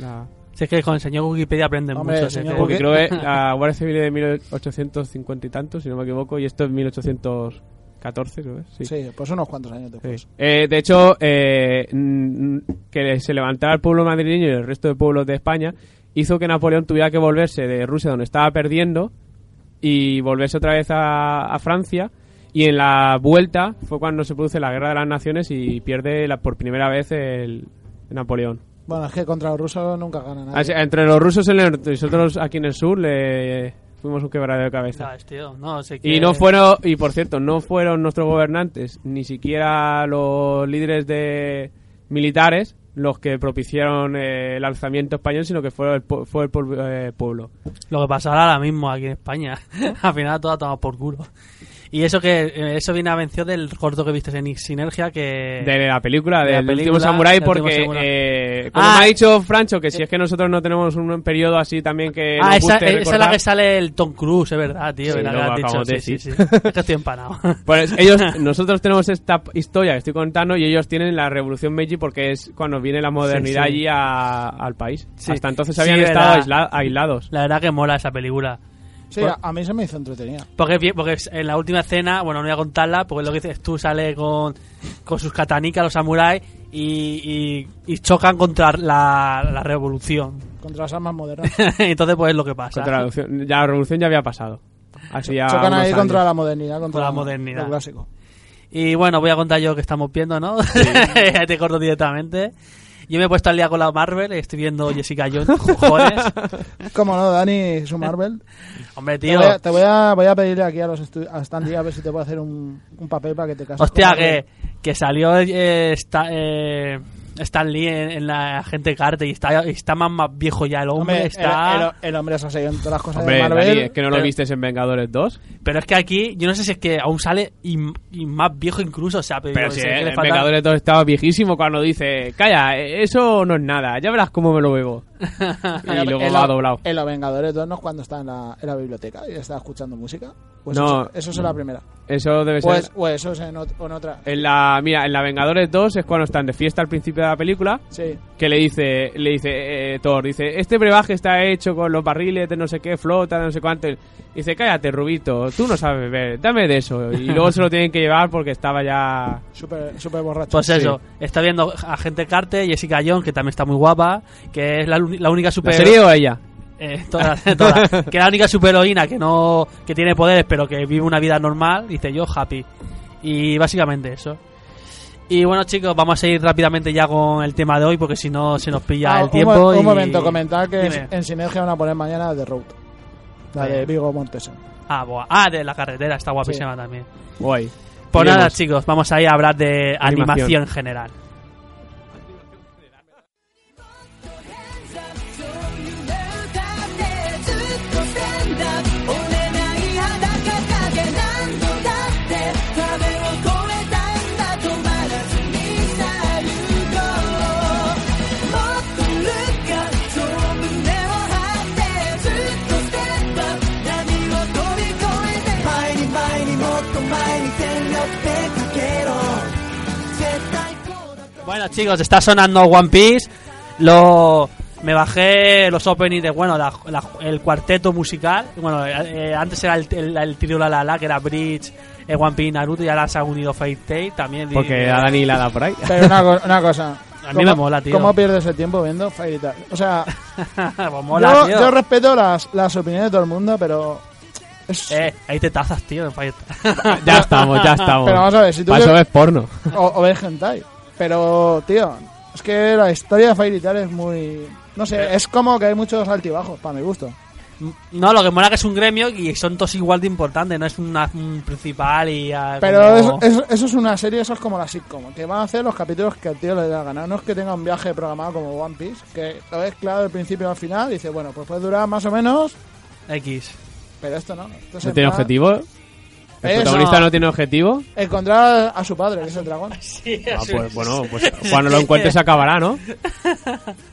La- Si es que con el señor Wikipedia aprenden Hombre, mucho. el sí, señor sí. Porque ¿Qué? creo que la Guardia Civil es de 1850 y tanto, si no me equivoco, y esto es 1814, creo. que es, Sí. Sí, pues unos cuantos años después. Eh, de hecho, eh, mm, que se levantara el pueblo madrileño y el resto de pueblos de España hizo que Napoleón tuviera que volverse de Rusia, donde estaba perdiendo, y volverse otra vez a, a Francia. Y en la vuelta fue cuando se produce la Guerra de las Naciones y pierde la- por primera vez el Napoleón. Bueno, es que contra los rusos nunca gana nadie. Así- Ah, Entre los rusos y los- nosotros aquí en el sur le fuimos un quebradero de cabeza. Sabes, tío, no, sí que- Y no fueron, y por cierto, no fueron nuestros gobernantes, ni siquiera los líderes de militares, los que propiciaron eh, el alzamiento español, sino que fue el, pu- fue el pu- eh, pueblo. Lo que pasará ahora mismo aquí en España. Al final todo ha tomado por culo. Y eso que eh, eso viene a vencer del corto que viste en Sinergia que... De la película, Eh, de la del último película, samurái, del último porque, samurái. eh, como Ah. eh, me ha dicho Francho, que si es que nosotros no tenemos un periodo así también que ah, nos esa, guste esa es la recordar, que sale el Tom Cruise, es verdad, tío. Sí, verdad, lo que has acabamos dicho, de sí, sí, decir. sí. Es que estoy empanado. Pues ellos, nosotros tenemos esta historia que estoy contando y ellos tienen la revolución Meiji porque es cuando viene la modernidad Sí, sí. allí a- al país. Sí. Hasta entonces Sí, habían ¿verdad? estado aisla- aislados. La verdad que mola esa película. Sí, Pues- a, a mí se me hizo entretenida. Porque, es bien- porque es- en la última escena, bueno, no voy a contarla, porque lo que dices tú sale con, con sus katanicas, los samuráis, y, y, y chocan contra la, la revolución. Contra las armas modernas. Entonces, pues es lo que pasa. Contra la revolución- ya la revolución ya había pasado. Así ya Chocan Ah, unos ahí años. contra la modernidad, contra la lo- modernidad. Lo clásico. Y bueno, voy a contar yo que estamos viendo, ¿no? Te corto directamente. Yo me he puesto al día con la Marvel, estoy viendo Jessica Jones, cojones. Como no, Dani, su Marvel. Hombre, Te tío. voy, a, te voy a- voy a pedirle aquí a los estu- a Stanley a ver si te puedo hacer un, un papel para que te cases. con Hostia, Marvel. que, que salió eh, esta- eh, Stan Lee en, en la gente Carter y está, y está más, más viejo ya el hombre. Hombre, está... el, el- el hombre se ha seguido en todas las cosas Hombre, de Marvel. Dani, es que no lo pero- vistes en Vengadores 2. Pero es que aquí, yo no sé si es que aún sale y, y más viejo incluso. O sea, pero, Pero yo si sé que en le falta- Vengadores 2 estaba viejísimo cuando dice, calla, eh, eso no es nada, ya verás cómo me lo bebo. y En lo- luego en va lo- doblado. En los Vengadores 2 no es cuando está en la, en la biblioteca y está escuchando música. Pues No. eso, eso es en la primera. Eso debe Pues, ser... o eso es en, ot- en otra. En la, mira, en la Vengadores 2 es cuando están de fiesta al principio de la película Sí. que le dice, le dice eh, Thor, dice, este brebaje está hecho con los barriles de no sé qué, flota, de no sé cuánto. Y Dice, cállate, Rubito, tú no sabes beber, dame de eso. Y luego se lo tienen que llevar porque estaba ya... Súper súper borracho. Pues eso, está viendo a gente Carter, Jessica Jones, que también está muy guapa, que es la, lu- la única ¿La super... serie o ella? Eh, todas, todas. que es la única superheroína que no que tiene poderes, pero que vive una vida normal, dice yo, happy. Y básicamente eso. Y bueno, chicos, vamos a ir rápidamente ya con el tema de hoy, porque si no se nos pilla Ah, el un tiempo. mo- un, y- momento, comentar que Dime. en Sinergia van a poner mañana The Road. La de Bien. Vigo Mortensen. Ah, buah. Ah, de la carretera, está guapísima también. Guay. Pues nada, Iremos. chicos, vamos a ir a hablar de Animación. animación en general. Bueno, chicos, está sonando One Piece. Lo me bajé los openings de bueno, la- la- el cuarteto musical. Bueno, eh, antes era el, el, el trío La La La, que era Bridge, eh, One Piece, Naruto y ahora se ha unido Fate Tail también. Y- Porque a Dani la da por ahí. Pero una, co- una cosa. A mí me mola, tío. ¿Cómo pierdes el tiempo viendo Fairy Tail? O sea, Pues mola, yo, tío. yo respeto las, las opiniones de todo el mundo, pero. es- Eh, ahí te tazas, tío, en Fate Tail. ya estamos, ya estamos. Pero vamos a ver, si tú Para ves- eso ves porno. o, o ves hentai. Pero, tío, es que la historia de Fairy Tail es muy. No sé, es como que hay muchos altibajos, para mi gusto. No, lo que mola que es un gremio y son todos igual de importantes, no es una- un principal y... ah, Pero como- es- es- eso es una serie, eso es como la sitcom, que van a hacer los capítulos que al tío le da ganar. No es que tenga un viaje programado como One Piece, que lo ves claro del principio al final, y dice, bueno, pues puede durar más o menos, X. pero esto no. Esto es ¿No en Este tiene plan objetivo? ¿El Eso. protagonista no tiene objetivo? Encontrar a su padre, que es el dragón. Ah, pues bueno, pues cuando lo encuentres acabará, ¿no?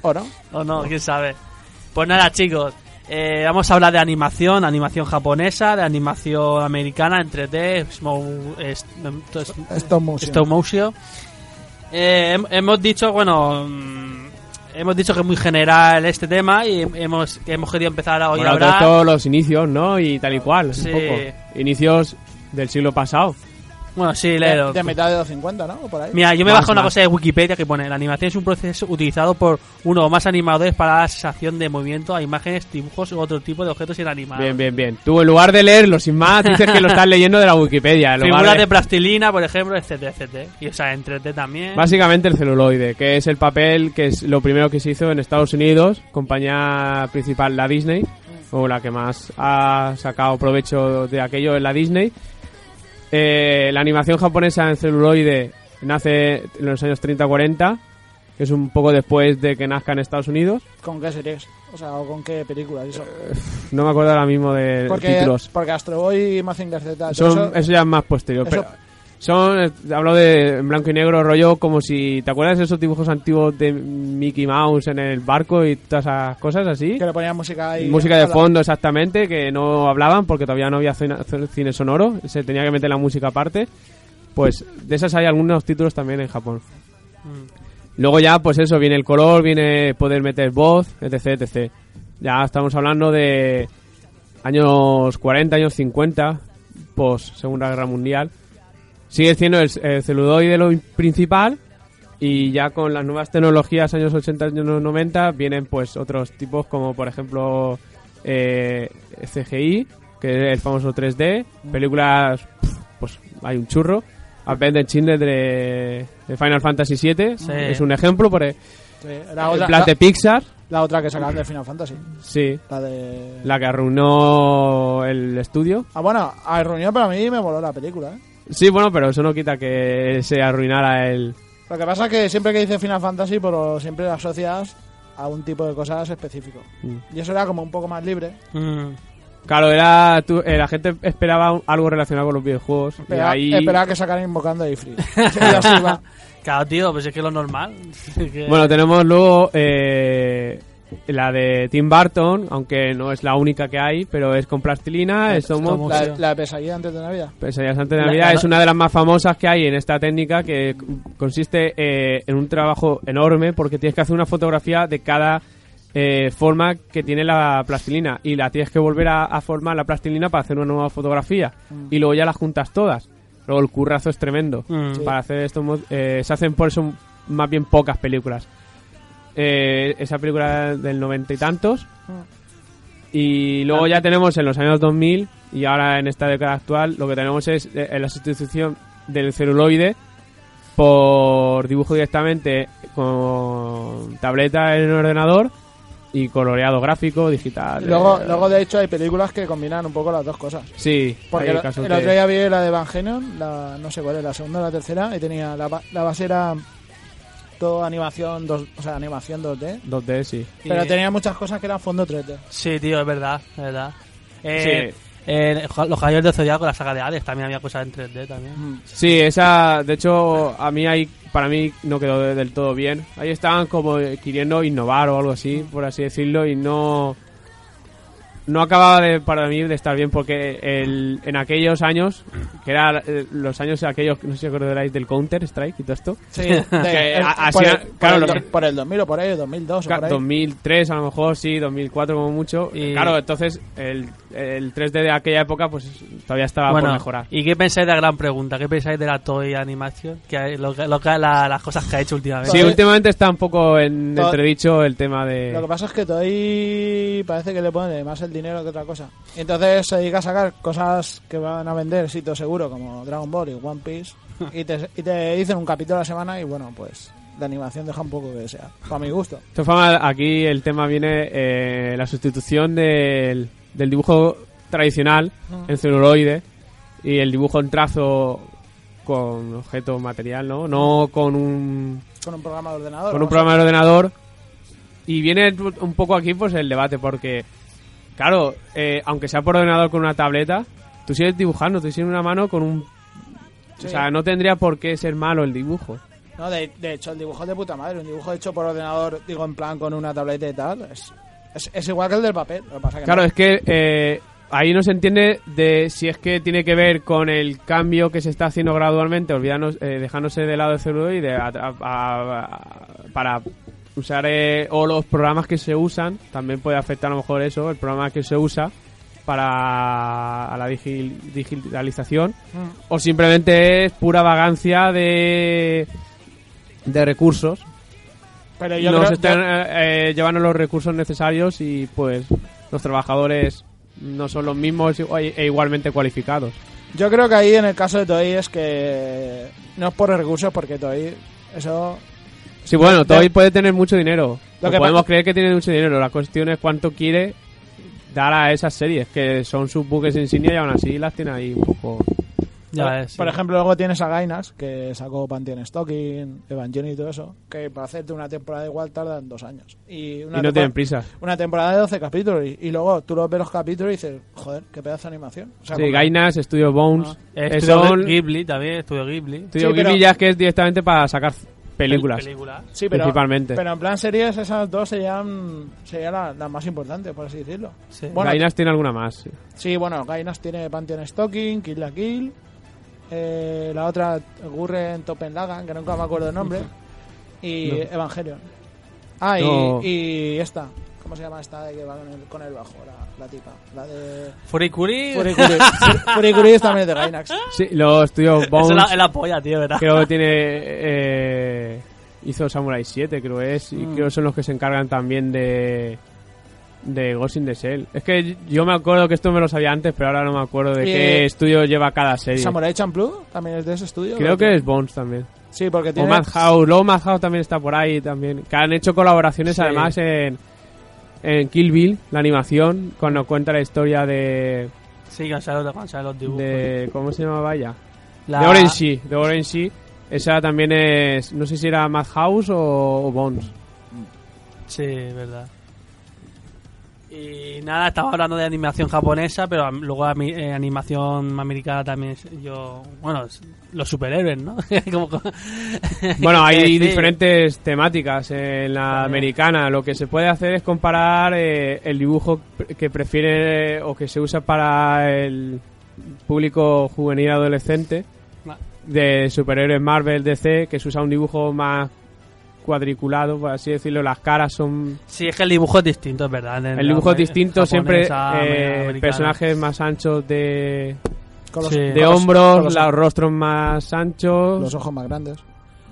¿O no? O no, quién sabe. Pues nada, chicos. eh, vamos a hablar de animación, animación japonesa, de animación americana en 3D, slow, es- es- Stop motion. stop motion. Eh, hem- hemos dicho, bueno, mm, hemos dicho que es muy general este tema y hemos, que hemos querido empezar hoy Bueno, a hablar. todos los inicios, ¿no? Y tal y cual, Sí. un poco. Inicios del siglo pasado. Bueno, sí, de, Lero. de mitad de los 50, ¿no? O por ahí. Mira, yo me Más, bajo una más. cosa de Wikipedia que pone: la animación es un proceso utilizado por uno o más animadores para dar sensación de movimiento a imágenes, dibujos u otro tipo de objetos inanimados. Bien, bien, bien. Tú, en lugar de leerlo sin más, dices que lo estás leyendo de la Wikipedia. en lugar Figuras de- de plastilina, por ejemplo, etcétera, etcétera. Y o sea, en 3D también. Básicamente el celuloide, que es el papel que es lo primero que se hizo en Estados Unidos, compañía principal la Disney, o la que más ha sacado provecho de aquello es la Disney. Eh, la animación japonesa en celuloide nace en los años 30-40, que es un poco después de que nazca en Estados Unidos. ¿Con qué series? O sea, o con qué películas. y Eso. No me acuerdo ahora mismo de Porque, eh, títulos. porque Astro Boy y Mazinger Z. todo Son, eso- eso, ya es más posterior. eso- pero son, eh, hablo de en blanco y negro, rollo como si. ¿Te acuerdas de esos dibujos antiguos de Mickey Mouse en el barco y todas esas cosas así? que le ponían música ahí. Música de Hola. fondo, exactamente, que no hablaban porque todavía no había cena- cine sonoro, se tenía que meter la música aparte. Pues de esas hay algunos títulos también en Japón. Mm. Luego ya, pues eso, viene el color, viene poder meter voz, etc, etc. Ya estamos hablando de años 40, años 50, post Segunda Guerra Mundial. Sigue siendo el, el celuloide lo principal y ya con las nuevas tecnologías años 80, años 90 vienen pues otros tipos como por ejemplo eh, CGI, que es el famoso 3D, películas, pf, pues hay un churro. Advent Children de, de Final Fantasy VII Sí. es un ejemplo. Por, e- Sí, era En otra, plan Ah, la, de Pixar, la otra que sacaban de Final Fantasy. sí. La de. La que arruinó el estudio. Ah, bueno, a reunión para mí me moló la película, ¿eh? Sí, bueno, pero eso no quita que se arruinara el... Lo que pasa es que siempre que dices Final Fantasy, pero siempre lo asocias a un tipo de cosas específico. Mm. Y eso era como un poco más libre. Mm. Claro, era tú- eh, la gente esperaba un- algo relacionado con los videojuegos. Espera, y ahí... Esperaba que sacaran invocando a Ifrit. Sí, así va. Claro, tío, pues es que lo normal. es que- Bueno, tenemos luego eh, la de Tim Burton, aunque no es la única que hay, pero es con plastilina, es Somos... la, la pesadilla antes de Navidad. Pesadillas antes Pues, de La- Navidad la- es una de las más famosas que hay en esta técnica que consiste eh, en un trabajo enorme porque tienes que hacer una fotografía de cada eh, forma que tiene la plastilina y la tienes que volver a, a formar la plastilina para hacer una nueva fotografía y luego ya las juntas todas. Luego el currazo es tremendo. Mm. Sí. Para hacer esto mo- eh, se hacen por eso más bien pocas películas. Eh, esa película del noventa y tantos. Y luego ya tenemos en los años 2000 y ahora en esta década actual lo que tenemos es eh, la sustitución del celuloide por dibujo directamente con tableta en el ordenador y coloreado gráfico, digital. Y luego, eh, luego, de hecho, hay películas que combinan un poco las dos cosas. Sí, Porque hay el, casos el de- otro día vi la de Evangelion, la, no sé cuál es, la segunda o la tercera, y tenía la, ba- la base era todo animación, dos, o sea, animación 2D, 2D, sí. pero Y- tenía muchas cosas que eran fondo 3D. Sí, tío, es verdad, es verdad. Eh, eh, jo- los Caballeros de Zodiaco, la saga de Hades, también había cosas en 3D Mm, también. Sí, esa, de hecho, a mí ahí, para mí no quedó de- del todo bien. Ahí estaban como queriendo innovar o algo así, por así decirlo, y no, no acababa de, para mí de estar bien porque el, en aquellos años, que eran los años aquellos, no sé si os acordaréis del Counter Strike y todo esto, Sí, de- Que el- a- así por, el, era- claro, por, el, lo do- que- por el 2000 o por ahí, 2002 o por ahí. 2003 a lo mejor, sí, 2004 como mucho. Y- Claro, entonces el, el 3D de aquella época pues todavía estaba por mejorar. ¿y qué pensáis de la gran pregunta? ¿Qué pensáis de la Toy Animation? Que hay- lo, que- lo que- la- las cosas que ha hecho últimamente. Sí, Todavía- últimamente está un poco en Tod- entredicho el tema de... Lo que pasa es que todavía parece que le pone más el dinero que otra cosa. Y entonces se dedica a sacar cosas que van a vender, sitio seguro, como Dragon Ball y One Piece. Y te, y te dicen un capítulo a la semana y bueno, pues la animación deja un poco que sea. Para mi gusto. De todas formas, aquí el tema viene eh, la sustitución del, del dibujo tradicional en celuloide y el dibujo en trazo con objeto material, ¿no? No con un, Con un programa de ordenador. con un vamos a- programa de ordenador. Y viene un poco aquí pues el debate porque, claro, eh, aunque sea por ordenador con una tableta, tú sigues dibujando, tú sigues una mano con un... Sí. O sea, no tendría por qué ser malo el dibujo. No, de, de hecho, el dibujo es de puta madre. Un dibujo hecho por ordenador, digo, en plan con una tableta y tal, es, es, es igual que el del papel. Lo que pasa que Claro, no. es que eh, ahí no se entiende de si es que tiene que ver con el cambio que se está haciendo gradualmente, olvidándose, dejándose de lado el celuloide a- a- a- para usar eh, o los programas que se usan, también puede afectar a lo mejor eso, el programa que se usa para a la digil- digitalización o simplemente es pura vagancia de de recursos Pero yo nos creo- están yo- eh, eh, llevando los recursos necesarios y pues los trabajadores no son los mismos e e igualmente cualificados. Yo creo que ahí en el caso de Toei es que no es por recursos porque Toei eso Sí, bueno, de- Toy puede tener mucho dinero. Lo O que podemos pasa- creer que tiene mucho dinero. La cuestión es cuánto quiere dar a esas series, que son sus buques insignia y aún así las tiene ahí un poco. Ya por, ves, sí. eh, por ejemplo luego tienes a Gainas que sacó Pantheon Stocking, Evangelion y todo eso, que para hacerte una temporada igual tardan dos años. y Y, una no temporada- tienen prisa. Una temporada de 12 capítulos y, y luego tú los ves los capítulos y dices, joder, qué pedazo de animación. O sea, Sí, como- Gainas, Studio Ah, Bones. Eh, eh, Estudio son- Ghibli también, Estudio Ghibli. Studio Sí, pero- Ghibli ya es que es directamente para sacar películas. Películas. Sí, pero, principalmente. Pero en plan series esas dos serían, serían la- las más importantes, por así decirlo. Sí. Bueno, Gainas tiene alguna más. sí. Sí, bueno, Gainas tiene Pantheon Stalking, Kill la Kill. eh, la otra, Gurren Topen Lagan, que nunca me acuerdo el nombre. Y Evangelion. Ah, y, No. y esta. ¿Cómo se llama esta de que va con el, con el bajo? La, la tipa. La de. Furikuri. Furikuri. Fur- Furikuri es también de Gainax. Sí, los Studio Eso Bones. es la, es la polla, tío, ¿verdad? creo que tiene eh, hizo Samurai 7 creo es Mm. y creo que son los que se encargan también de de Ghost in the Shell es que yo me acuerdo que esto me lo sabía antes pero ahora no me acuerdo de Y- qué estudio lleva cada serie Samurai Champloo también es de ese estudio. creo que es Bones también Sí, porque O tiene... Madhouse, luego Madhouse también está por ahí también. Que han hecho colaboraciones Sí. además en, en Kill Bill, la animación, cuando cuenta la historia de, Sí, que han salido, han salido los dibujos. de ¿cómo se llamaba ella? La- De Orange, de Orange. Esa también es, no sé si era Madhouse o, o Bones. Sí, es verdad. Y nada, estaba hablando de animación japonesa, pero am- luego ami- eh, animación americana también. es- Yo, bueno, es- los superhéroes, ¿no? Como co- Bueno, hay Sí. diferentes temáticas en la También. americana. Lo que se puede hacer es comparar eh, el dibujo pre- que prefiere o que se usa para el público juvenil adolescente Ma- de superhéroes Marvel DC, que se usa un dibujo más cuadriculado, por así decirlo. Las caras son Sí, es que el dibujo es distinto, es verdad. el dibujo es distinto, siempre eh, personajes más anchos de, con los- Sí. con de los- hombros, con los- los rostros más anchos. los ojos más grandes.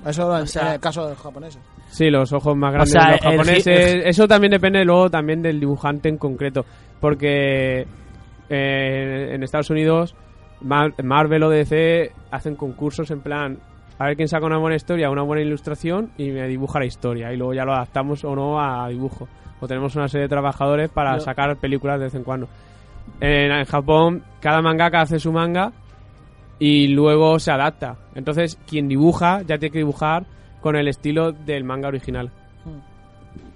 Eso en, sea- en el caso de los japoneses. Sí, los ojos más grandes sea, de los el gi- japoneses. Eso también depende luego también del dibujante en concreto. Porque eh, en Estados Unidos, Mar- Marvel o DC hacen concursos en plan. A ver quién saca una buena historia, una buena ilustración y me dibuja la historia. Y luego ya lo adaptamos o no a dibujo. O tenemos una serie de trabajadores para Yo- sacar películas de vez en cuando. En, en Japón, cada mangaka hace su manga y luego se adapta. Entonces, quien dibuja ya tiene que dibujar con el estilo del manga original.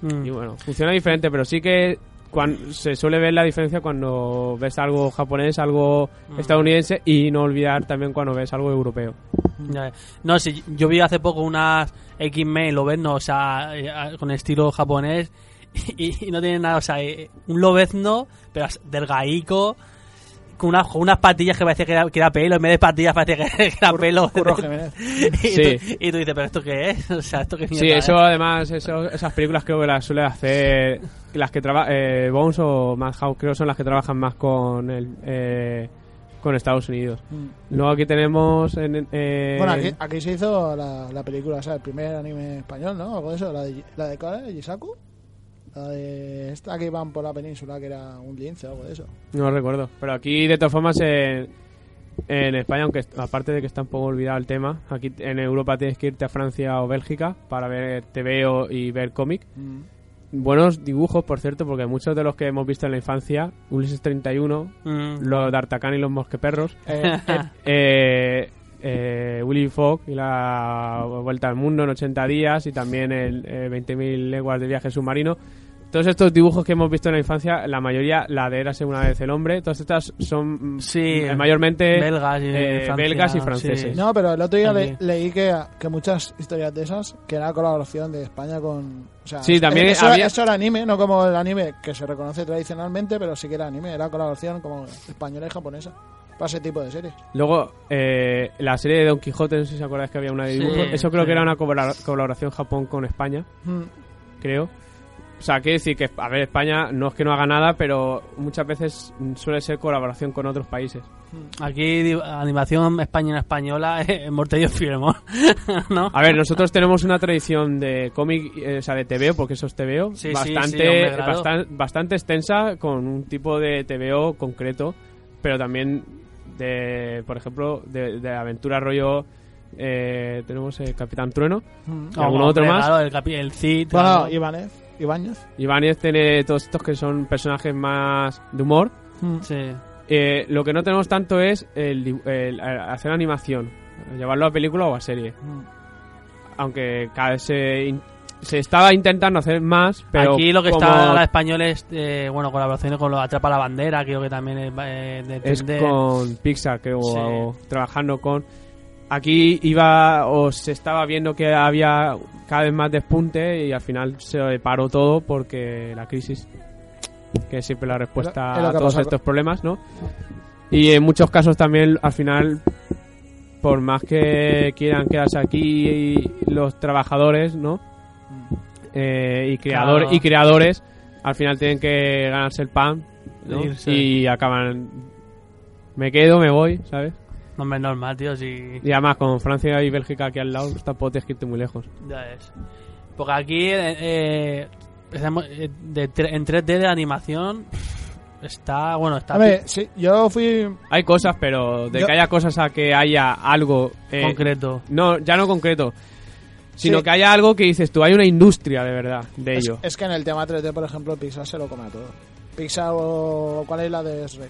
Mm. Y Mm. bueno, funciona diferente, pero sí que cuan- se suele ver la diferencia cuando ves algo japonés, algo Mm. estadounidense y no olvidar también cuando ves algo europeo. Ya, eh. No, sí, yo vi hace poco unas X-Men lobezno, o sea, eh, a- con estilo japonés y, y no tiene nada, o sea, eh, un lobezno, pero as- delgadico, con, unas- con unas patillas que parecía que era, que era pelo, en vez de patillas parecía que era pelo. Curro Jiménez. y, Sí. tú, y tú dices, ¿pero esto qué es? O sea, ¿esto qué Sí, mierda eso es?". además, eso- esas películas creo que las suele hacer las que trabajan, eh, Bones o Madhouse creo son las que trabajan más con el, eh, con Estados Unidos. Luego aquí tenemos... en- eh, Mm. Bueno, aquí, aquí se hizo la, la película, o sea, el primer anime español, ¿no? Algo de eso, la de, la de ¿cuál era? Yisaku. La de esta que iban por la península, que era un lince o algo de eso. No lo recuerdo. Pero aquí, de todas formas, en, en España, aunque est- aparte de que está un poco olvidado el tema, aquí en Europa tienes que irte a Francia o Bélgica para ver TV o- y ver cómic. Buenos dibujos, por cierto, porque muchos de los que hemos visto en la infancia, Ulises 31, Mm, los de Artacán y los Mosqueperros, Eh, eh, eh, eh, Willy Fogg y la Vuelta al Mundo en 80 días y también el eh, 20.000 leguas de viaje submarino. Todos estos dibujos que hemos visto en la infancia, la mayoría, la de Érase una vez el hombre, todas estas son mm, Sí, eh, mayormente belgas y eh, Francia, belgas y sí. franceses. no, pero el otro día le- Aquí. leí que, que muchas historias de esas, que era colaboración de España con... O sea, Sí, también eso, había- eso era anime, no como el anime que se reconoce tradicionalmente, pero sí que era anime, era colaboración como española y japonesa, para ese tipo de series. Luego, eh, la serie de Don Quijote, no sé si acordáis que había una de Sí, dibujos, eso creo sí. Hmm. que era una colabora- colaboración Japón con España. Mm. creo. O sea, quiere decir que, a ver, España no es que no haga nada, pero muchas veces mm, suele ser colaboración con otros países. Aquí di- animación española española eh, en Mortello Firmón, ¿no? A ver, nosotros tenos una tradición de cómic, eh, o sea, de TVO, porque eso es TVO, Sí, sí, sí, bastante, hombre, claro. bastan- bastante extensa, con un tipo de TVO concreto, pero también de, por ejemplo, de, de aventura rollo... eh, tenemos eh, Capitán Trueno, y alguno Hombre, otro más. claro, el, capi- el Cid. Bueno, claro. Ibáñez, Ibáñez. Ibáñez tiene todos estos que son personajes más de humor, Sí. Eh, lo que no tenemos tanto es el, di- el hacer animación, llevarlo a película o a serie. Mm. Aunque cada vez se, in- se estaba intentando hacer más, pero Aquí lo que como está la español es, eh, bueno, colaboraciones con los Atrapa la Bandera, creo que también es eh, de es de- con Pixar, creo, Sí. o trabajando con... Aquí iba o se estaba viendo que había cada vez más despunte y al final se paró todo porque la crisis, que es siempre la respuesta Es lo que a ha todos pasado. estos problemas, ¿no? Y en muchos casos también al final, por más que quieran quedarse aquí los trabajadores, ¿no? Eh, y, creador, Claro. y creadores, al final tienen que ganarse el pan ¿no? Irse. y acaban me quedo, me voy, ¿sabes? No, hombre, normal, tío, si... Y además con Francia y Bélgica aquí al lado, tampoco tienes que irte muy lejos. Ya es. Porque aquí, eh, eh, estamos, eh, de tre- en 3D de animación, está, bueno, está A ver, sí, yo fui. Hay cosas, pero de Yo- que haya cosas a que haya algo eh, concreto. No, ya no concreto. Sino Sí. que haya algo que dices tú, hay una industria de verdad de Es, ello. es que en el tema 3D, por ejemplo, Pixar se lo come todo. Pixar o. ¿Cuál es la de Shrek?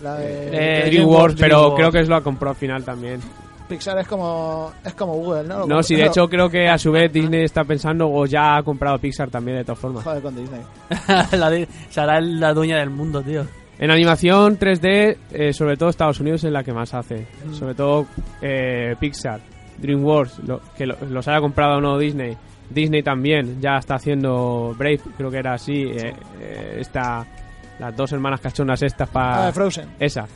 La de. Eh, de DreamWorks, pero DreamWorks. creo que es lo que compró al final también. Pixar es como. Es como Google, ¿no? Lo No, compro- si de hecho creo que a su vez Disney está pensando o ya ha comprado Pixar también de todas formas. Joder, con Disney. la de- será la dueña del mundo, tío. En animación 3D, eh, sobre todo Estados Unidos es la que más hace. Sobre todo eh, Pixar, DreamWorks, lo- que lo- los haya comprado o no Disney. Disney también ya está haciendo Brave, creo que era así. eh, eh, esta- las dos hermanas cachonas estas La para... de Frozen. Esa.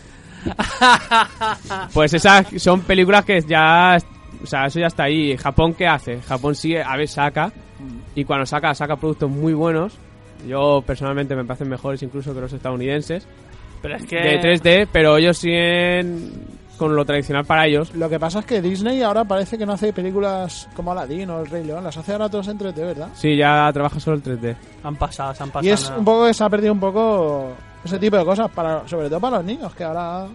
pues esas son películas que ya. O sea, eso ya está ahí. ¿Japón qué hace? Japón sigue, a ver, saca. Y cuando saca, saca productos muy buenos. Yo personalmente me parecen mejores incluso que los estadounidenses. Pero es que De 3D, pero ellos siguen con lo tradicional para ellos. Lo que pasa es que Disney ahora parece que no hace películas como Aladdin o El Rey León. Las hace ahora todos en 3D, ¿verdad? Sí, ya trabaja solo el 3D. han pasado, se han pasado. Y es nada. un poco que se ha perdido un poco ese tipo de cosas, para, sobre todo para los niños, que ahora...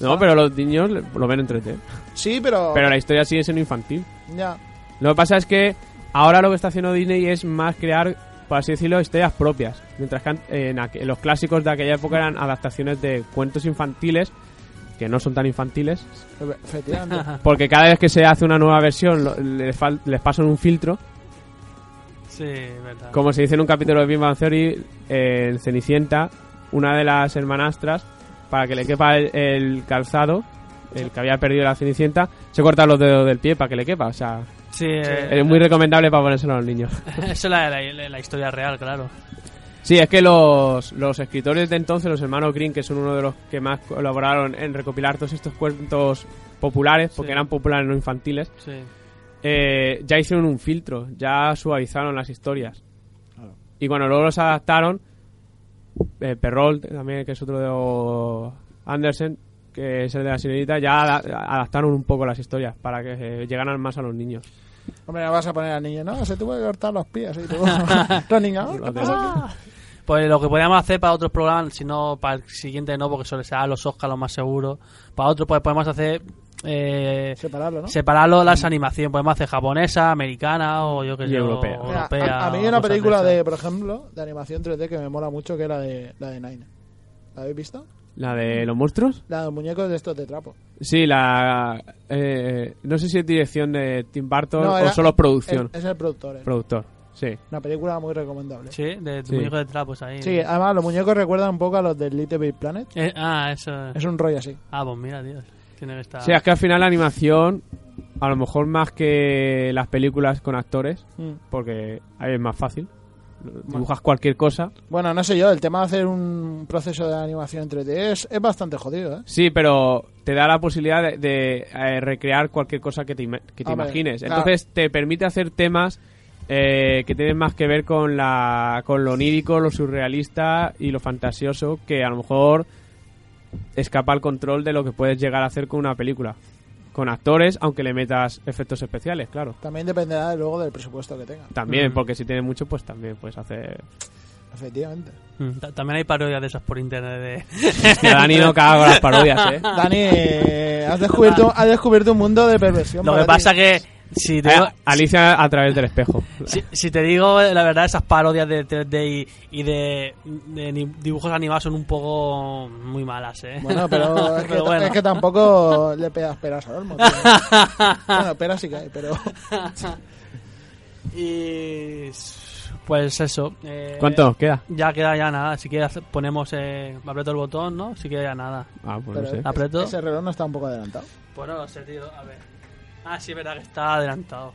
No, Ah. pero los niños lo ven en 3D. Sí, Oh. pero... Pero la historia sigue siendo infantil. Ya. Lo que pasa es que ahora lo que está haciendo Disney es más crear, por así decirlo, historias propias. Mientras que an- en aqu- los clásicos de aquella época eran adaptaciones de cuentos infantiles, que no son tan infantiles, Efectivamente. porque cada vez que se hace una nueva versión lo- les, fal- les pasan un filtro. Sí, verdad. Como se dice en un capítulo de Big Bang Theory, eh, en Cenicienta, una de las hermanastras, para que le quepa el, el calzado, el que había perdido la Cenicienta, se corta los dedos del pie para que le quepa. O sea, Sí, eh, es muy recomendable para ponérselo a los niños. eso es la, la- la historia real, claro. Sí, es que los, los escritores de entonces, los hermanos Green, que son uno de los que más colaboraron en recopilar todos estos cuentos populares, porque Sí. eran populares no infantiles, Sí. eh, ya hicieron un filtro, ya suavizaron las historias. Y cuando luego los adaptaron, eh, Perrol, también que es otro de los- Andersen, que es el de la señorita, ya ada- adaptaron un poco las historias para que eh, llegaran más a los niños. Hombre, no vas a poner al niño, ¿no? Se tuvo que cortar los pies y todo. los niños, ¿qué Los dedos. pasa? Pues lo que podríamos hacer para otros programas, si no para el siguiente no, porque solo será los Oscar lo más seguro. Para otro pues podemos hacer eh, Separarlo, ¿no? separarlo las animaciones, podemos hacer japonesa, americana o yo que Y sé, europea. o Mira, a- europea, a, mí hay o una cosas película de, esas. por ejemplo, de animación 3D que me mola mucho, que es la de, la de Nine. ¿La habéis visto? ¿La de los monstruos? La de los muñecos de estos de trapo. Sí, la. eh, no sé si es dirección de Tim Burton No, o era- solo producción. Es, es el productor. eh. Productor, sí. Una película muy recomendable. Sí. Sí, de tu Sí. hijo de trapos ahí. además los muñecos recuerdan un poco a los del Little Big Planet. Eh, ah, eso. Es un rollo así. Ah, pues mira, tío. Tiene que Ah. estar. Sí, es que al final la animación, a lo mejor más que las películas con actores, Mm. porque ahí es más fácil. Dibujas cualquier cosa. Bueno, no sé yo, el tema de hacer un proceso de animación en 3D es, es bastante jodido, ¿eh? Sí, pero te da la posibilidad de, de, eh, recrear cualquier cosa que te, ima- que te Hombre, imagines. claro. Entonces te permite hacer temas eh, que tienen más que ver con, la, con lo onírico, lo surrealista y lo fantasioso que a lo mejor escapa al control de lo que puedes llegar a hacer con una película. Con actores, aunque le metas efectos especiales, claro. También dependerá luego del presupuesto que tenga, También, Mm. porque si tienes mucho, pues también puedes hacer... efectivamente. Mm, ta- También hay parodias de esas por internet. De... Hostia, Dani no caga con las parodias, ¿eh? Dani, eh, has descubierto, has descubierto un mundo de perversión. Lo para que pasa ti. que. Si te, digo, A- Alicia a través del espejo. si, si te digo la verdad, esas parodias de 3D y, y de, de ni- dibujos animados son un poco muy malas, ¿eh? Bueno, pero es que, Pero bueno. es que tampoco le pegas peras a Olmo. tío. bueno, peras sí que hay, pero... Y. s- Pues eso. eh, ¿Cuánto nos queda? Ya queda ya nada. Si quieres, ponemos. Eh, aprieto el botón, ¿no? Si queda ya nada. Ah, pues no pero sé. Aprieto. Ese reloj no está un poco adelantado. Bueno, no sé, tío. A ver. Ah, sí, es verdad que está adelantado.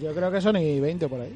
Yo creo que son y 20 por ahí.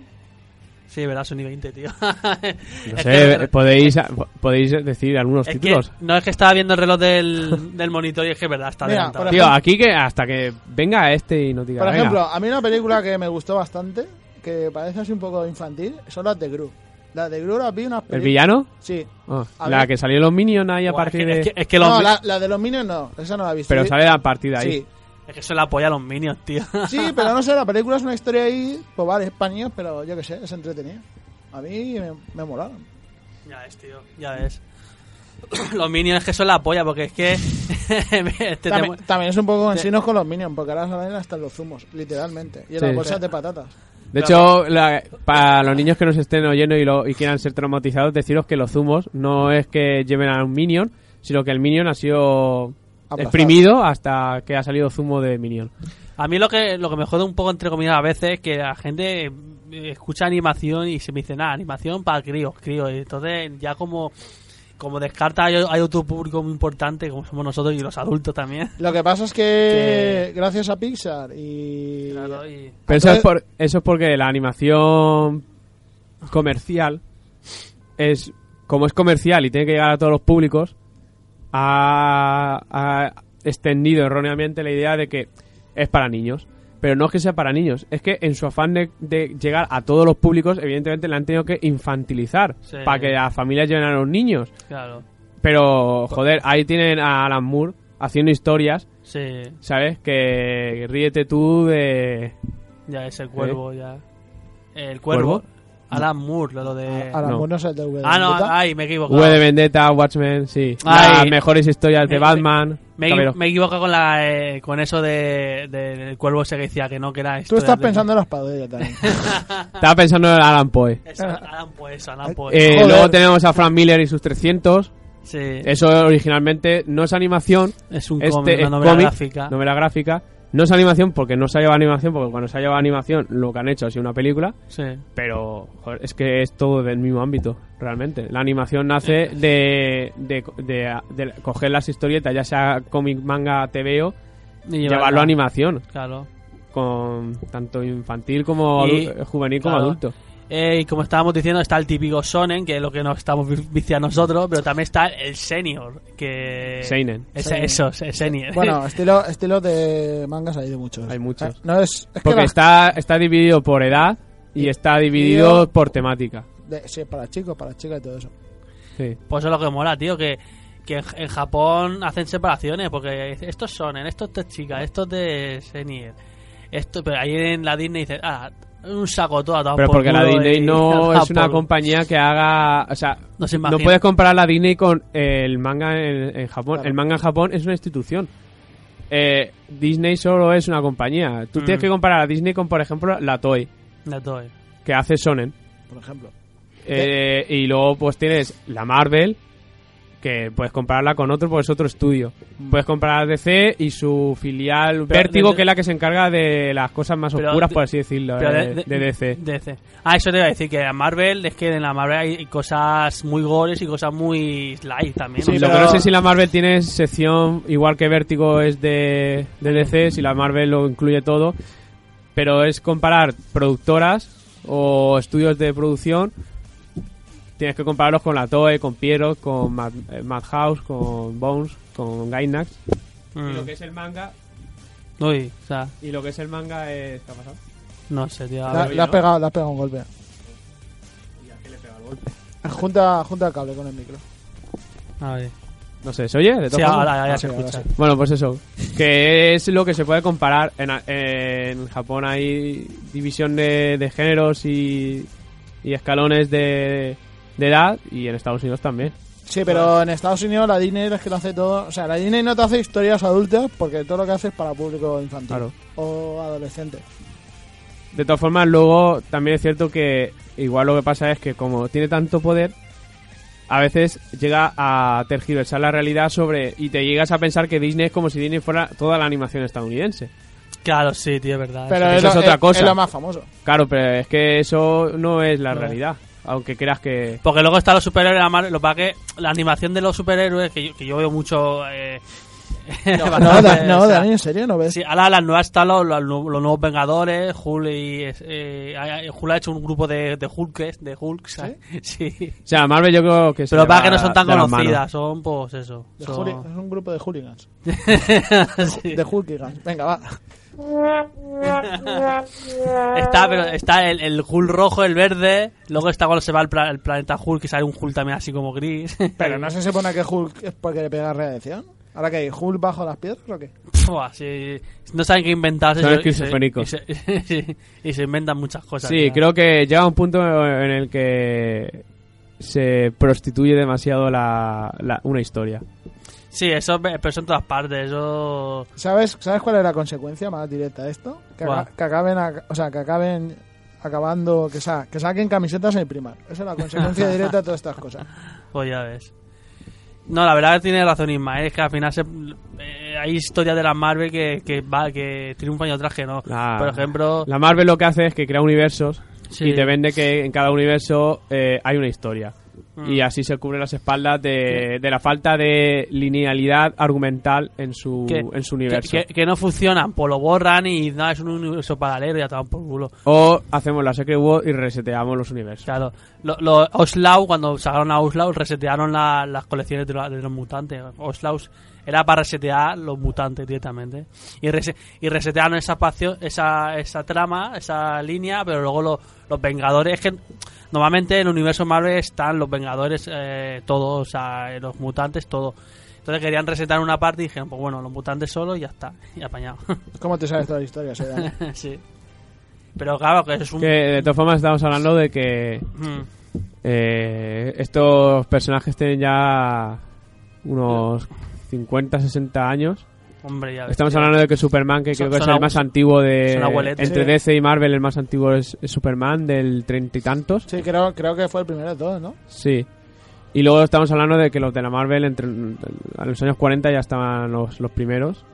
Sí, es verdad, Sony 20, tío. No Es sé, eh, que- podéis, podéis decir algunos es que, títulos. no es que estaba viendo el reloj del, del monitor y es que es verdad, está Mira, adelantado. por Tío, aquí que hasta que venga este y no diga. Por venga. ejemplo, a mí una película que me gustó bastante, que parece así un poco infantil, son las de Gru. Las de Gru las vi unas ¿el peli- villano? Sí. Ah, A la ver. que salió en los Minions ahí a Buah, es, partir que, de. es que- es que los, No, la, la de los Minions no, esa no la he visto. Pero Yo- sale a partir de ahí. Sí. es que eso le apoya a los minions, tío. Sí, pero no sé, la película es una historia ahí, pues vale, es pa' niños, pero yo qué sé, es entretenida. A mí me, me molaron. ya ves, tío, ya ves. los minions que son la polla, porque es que. este te- te mu- También, también es un poco ansinos con los minions, porque ahora salen hasta en los zumos, literalmente. Y en Sí. las bolsas de patatas. De hecho, la- para los niños que nos estén oyendo y, lo- y quieran ser traumatizados, deciros que los zumos no es que lleven a un minion, sino que el minion ha sido Aplastado. exprimido hasta que ha salido zumo de minion. A mí lo que, lo que me jode un poco, entre comillas, a veces es que la gente eh, escucha animación y se me dice, nada, animación para críos, críos. Y entonces ya como, como descarta hay, hay otro público muy importante, como somos nosotros y los adultos también. Lo que pasa es que, gracias a Pixar y. Claro, y- Pero eso es, Entonces- por- eso es porque la animación comercial es como es comercial y tiene que llegar a todos los públicos, ha, ha extendido erróneamente la idea de que es para niños. Pero no es que sea para niños, es que en su afán de, de llegar a todos los públicos, evidentemente la han tenido que infantilizar Sí. para que las familias lleven a los niños. claro, Pero, joder, ahí tienen a Alan Moore haciendo historias, sí, ¿sabes? Que ríete tú de... ya ese cuervo, ya. El cuervo. ¿Cuervo? Alan Moore, lo de... A las No. buenas el de V de ah, no, Vendetta. ay, me he equivocado. V de Vendetta, Watchmen, sí. Ay. Las mejores historias de Me- Batman. Me, he- Cabero. me he equivocado con, la, eh, con eso de, de- del cuervo ese que decía que no, que era Tú historia estás de- pensando en las padellas también. Estaba pensando en Alan Poe. Eso, Alan Poe, eso, Alan Poe. Eh, Joder. luego tenemos a Frank Miller y sus 300. sí. Eso originalmente no es animación. Es Eh. un este cómic, es una novela cómic, gráfica. novela gráfica. No es animación porque no se ha llevado animación, porque cuando se ha llevado animación lo que han hecho ha sido una película. Sí. Pero joder, es que es todo del mismo ámbito, realmente. La animación nace Eh. de, de, de- de coger las historietas, ya sea cómic, manga, TVO, Y llevarlo llevarla. a animación. Claro. con tanto infantil como Y- adu- juvenil como claro. adulto. Eh, y como estábamos diciendo, está el típico Sonen, que es lo que nos estamos vi- viciando nosotros, pero también está el Senior, que... Seinen. Ese- Seinen. Eso, eh, es Senior. bueno, estilo, estilo de mangas hay de muchos. Hay muchos. Eh, No es. es que Porque la- está, está dividido por edad y está dividido por temática. de- sí, para chicos, para chicas y todo eso. Sí. Pues eso es lo que mola, tío, que, que en- en Japón hacen separaciones, porque estos son, estos de chicas, estos de senior. Esto, pero ahí en la Disney dicen, ah, un saco todo atado Ah, Pero por porque la culo Disney y- no a es una por- compañía que haga... O sea, No se no imagina. puedes comparar la Disney con el manga en, en Japón. Claro. El manga en Japón es una institución. Eh, Disney solo es una compañía. Tú tienes Mm. que comparar a Disney con, por ejemplo, la Toei, La Toei. que hace Sonen. Por ejemplo. Eh, y luego pues tienes la Marvel, que puedes compararla con otro, porque es otro estudio. Puedes comparar a DC y su filial Vértigo, Mm. de- que es la que se encarga de las cosas más Pero oscuras, de- por así decirlo, Pero eh, de, DC. DC. Ah, eso te iba a decir, que a Marvel, es que en la Marvel hay cosas muy gores y cosas muy light también. Sí, Y O lo sea, que pero- no sé si la Marvel tiene sección, igual que Vértigo es de, de DC, si la Marvel lo incluye todo, pero es comparar productoras o estudios de producción. Tienes que compararlos con la Toei, con Piero, con Mad- eh, Madhouse, con Bones, con Gainax. Y lo que mm. es el manga Uy, o sea, y lo que es el manga es ¿qué ha pasado? Ah, no sé, tío. a La- ver. le, has pegado, le has pegado un golpe. Junta, junta el cable con el micro. A ver. No sé, ¿se oye? ¿De todas Sí, formas? ahora ahora ya Ah, se sí, ahora escucha. Bueno, pues eso, que es lo que se puede comparar. En, en Japón hay división de, de géneros y, y escalones de, de edad y en Estados Unidos también. Sí, pero en Estados Unidos la Disney es que lo hace todo. O sea, la Disney no te hace historias adultas porque todo lo que hace es para público infantil Claro. o adolescente. De todas formas, luego también es cierto que igual lo que pasa es que como tiene tanto poder, a veces llega a tergiversar la realidad sobre y te llegas a pensar que Disney es como si Disney fuera toda la animación estadounidense. Claro, sí, tío, es verdad. Pero eso es, es lo- otra cosa. Es lo más famoso. Claro, pero es que eso no es la realidad. Aunque creas que. Porque luego están los superhéroes, la Marvel, lo que pasa que la animación de los superhéroes, que yo, que yo veo mucho... eh, No, bastante, Da- no, o sea, Dani, ¿en serio? ¿No ves? Sí, ahora las nuevas están los, los nu- los nuevos Vengadores, Hulk y... Eh, ha- Hulk ha hecho un grupo de, de Hulkes, de Hulks, ¿sabes? sí. O sea, Marvel yo creo que se Pero le para va que no son tan de las manos. conocidas, son pues eso. De son- hooli- Es un grupo de hooligans. Sí. De hooligans. Venga, va. Está, pero está el, el Hulk rojo, el verde, luego está cuando se va al pla- el planeta Hulk, que sale un Hulk también así como gris. Pero no se supone que Hulk es porque le pega radiación. ¿Ahora que hay? ¿Hulk bajo las piedras o qué? Buah, sí, no saben qué inventarse. Son y se- y se- esquizofrénicos. Y se, y se inventan muchas cosas. Sí, ya. creo que llega un punto en el que se prostituye demasiado la, la- una historia. Sí, eso, ve- pero eso en todas partes. Eso. ¿Sabes, ¿Sabes cuál es la consecuencia más directa de esto? Que, aga- ¿Cuál? que acaben, a- o sea, que acaben acabando, que, sa- que saquen camisetas en primar. Esa es la consecuencia directa de todas estas cosas. Pues ya ves. No, la verdad que tiene razón Ismael, es que al final se- eh, hay historias de la Marvel que, que, va, que triunfan y otras que no. La- Por ejemplo, La Marvel lo que hace es que crea universos Sí. y te vende que en cada universo eh, hay una historia. Mm. Y así se cubre las espaldas de, de la falta de linealidad argumental en su, que, en su que- universo. Que, que no funcionan, pues lo borran y nada, es un universo paralelo y ya toman por culo. O hacemos la Secret War y reseteamos los universos. Claro, lo, lo- Oslau, cuando sacaron a Oslau, resetearon la- las colecciones de, lo- de los mutantes. Oslau era para resetear los mutantes directamente. Y, rese- y resetearon esa, espacio, esa, esa trama, esa línea, pero luego lo- los Vengadores. Es que normalmente en el universo Marvel están los Vengadores, eh, todos, o sea, los mutantes, todo. Entonces querían resetear una parte y dijeron, pues bueno, los mutantes solo y ya está, y apañado. ¿Cómo te sabes todas las historias? eh, Dani? sí. Pero claro, que eso es un. Que de todas formas estamos hablando de que Mm. eh, estos personajes tienen ya unos 50, 60 años. Hombre, ya ves, Estamos ya hablando de que Superman, que Son- creo que es son el abu- más antiguo de... son abueletes. Entre Sí. DC y Marvel el más antiguo es es Superman, del treinta y tantos. Sí, creo, creo que fue el primero de todos, ¿no? Sí. Y luego estamos hablando de que los de la Marvel entre a los años 40 ya estaban los, los primeros.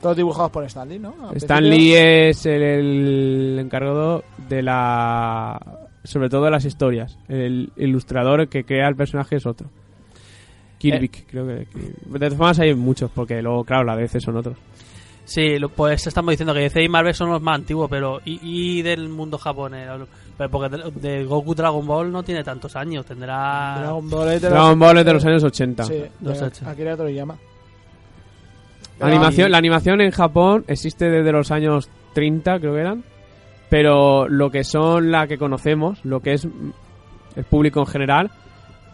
Todos dibujados por Stan Lee, ¿no? Al Stan principio. Lee es el, el encargado de la... sobre todo de las historias. El ilustrador que crea el personaje es otro. Kirby, Eh, creo que... que- De todas formas hay muchos, porque luego, claro, la DC son otros. Sí, lo- pues estamos diciendo que DC y Marvel son los más antiguos, pero y, y del mundo japonés, Pero porque de, de Goku Dragon Ball no tiene tantos años, tendrá Dragon Ball es de los, Dragon Ball es de los años 80. eh, Sí, Los de ocho. Akira Toriyama. La animación, la animación en Japón existe desde los años 30, creo que eran. Pero lo que son la que conocemos, lo que es mm, el público en general,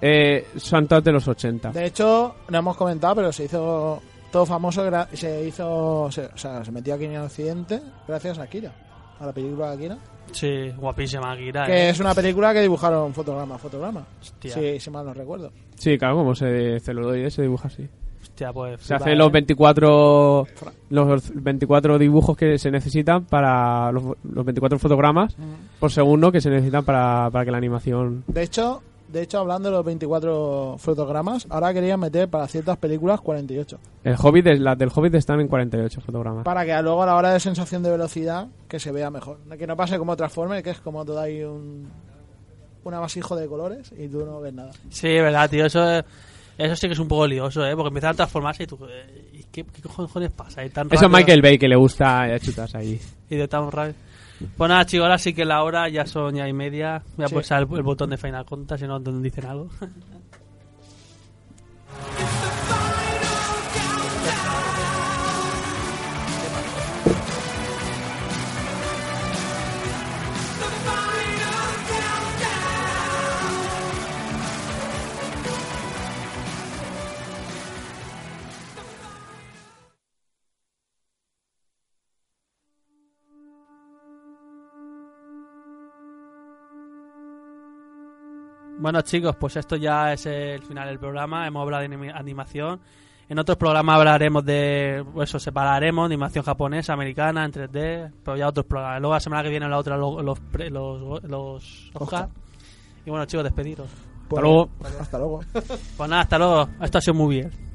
eh, son todas de los 80. De hecho, no hemos comentado, pero se hizo todo famoso, gra- se hizo, se- o sea, se metió aquí en el occidente gracias a Akira, a la película de Akira, Sí, guapísima Akira. que eh, es una película que dibujaron fotograma a fotograma, Hostia, si, si mal no recuerdo. Sí, claro, como se celuloide se dibuja así. hostia, pues Se flipa, hacen eh. los 24, los 24 dibujos que se necesitan para los, los 24 fotogramas por segundo que se necesitan para, para que la animación... De hecho, de hecho hablando de los 24 fotogramas, ahora querían meter para ciertas películas 48, El Hobbit, es- las del Hobbit están en 48 fotogramas. para que luego a la hora de sensación de velocidad que se vea mejor, que no pase como Transformers, que es como todo ahí un un amasijo de colores y tú no ves nada. Sí, verdad, tío, eso es- eso sí que es un poco lioso, eh, porque empiezan a transformarse y tú eh, ¿y ¿qué, qué cojones pasa? Y tan Eso es rápido- Michael Bay que le gusta eh, chutas ahí. y de tan rápido. Pues nada, chicos, ahora sí que la hora ya son ya y media. Voy a Sí. pulsar el, el botón de Final Conta si no dicen algo. Bueno chicos, pues esto ya es el final del programa. Hemos hablado de animi- animación. En otros programas hablaremos de pues eso, separaremos animación japonesa, americana, en 3D, pero ya otros programas. Luego la semana que viene la otra lo- los pre- los, los Oscar. Y bueno chicos, despediros. Pues, luego. Hasta luego. Pues nada, hasta luego. Esto ha sido muy bien.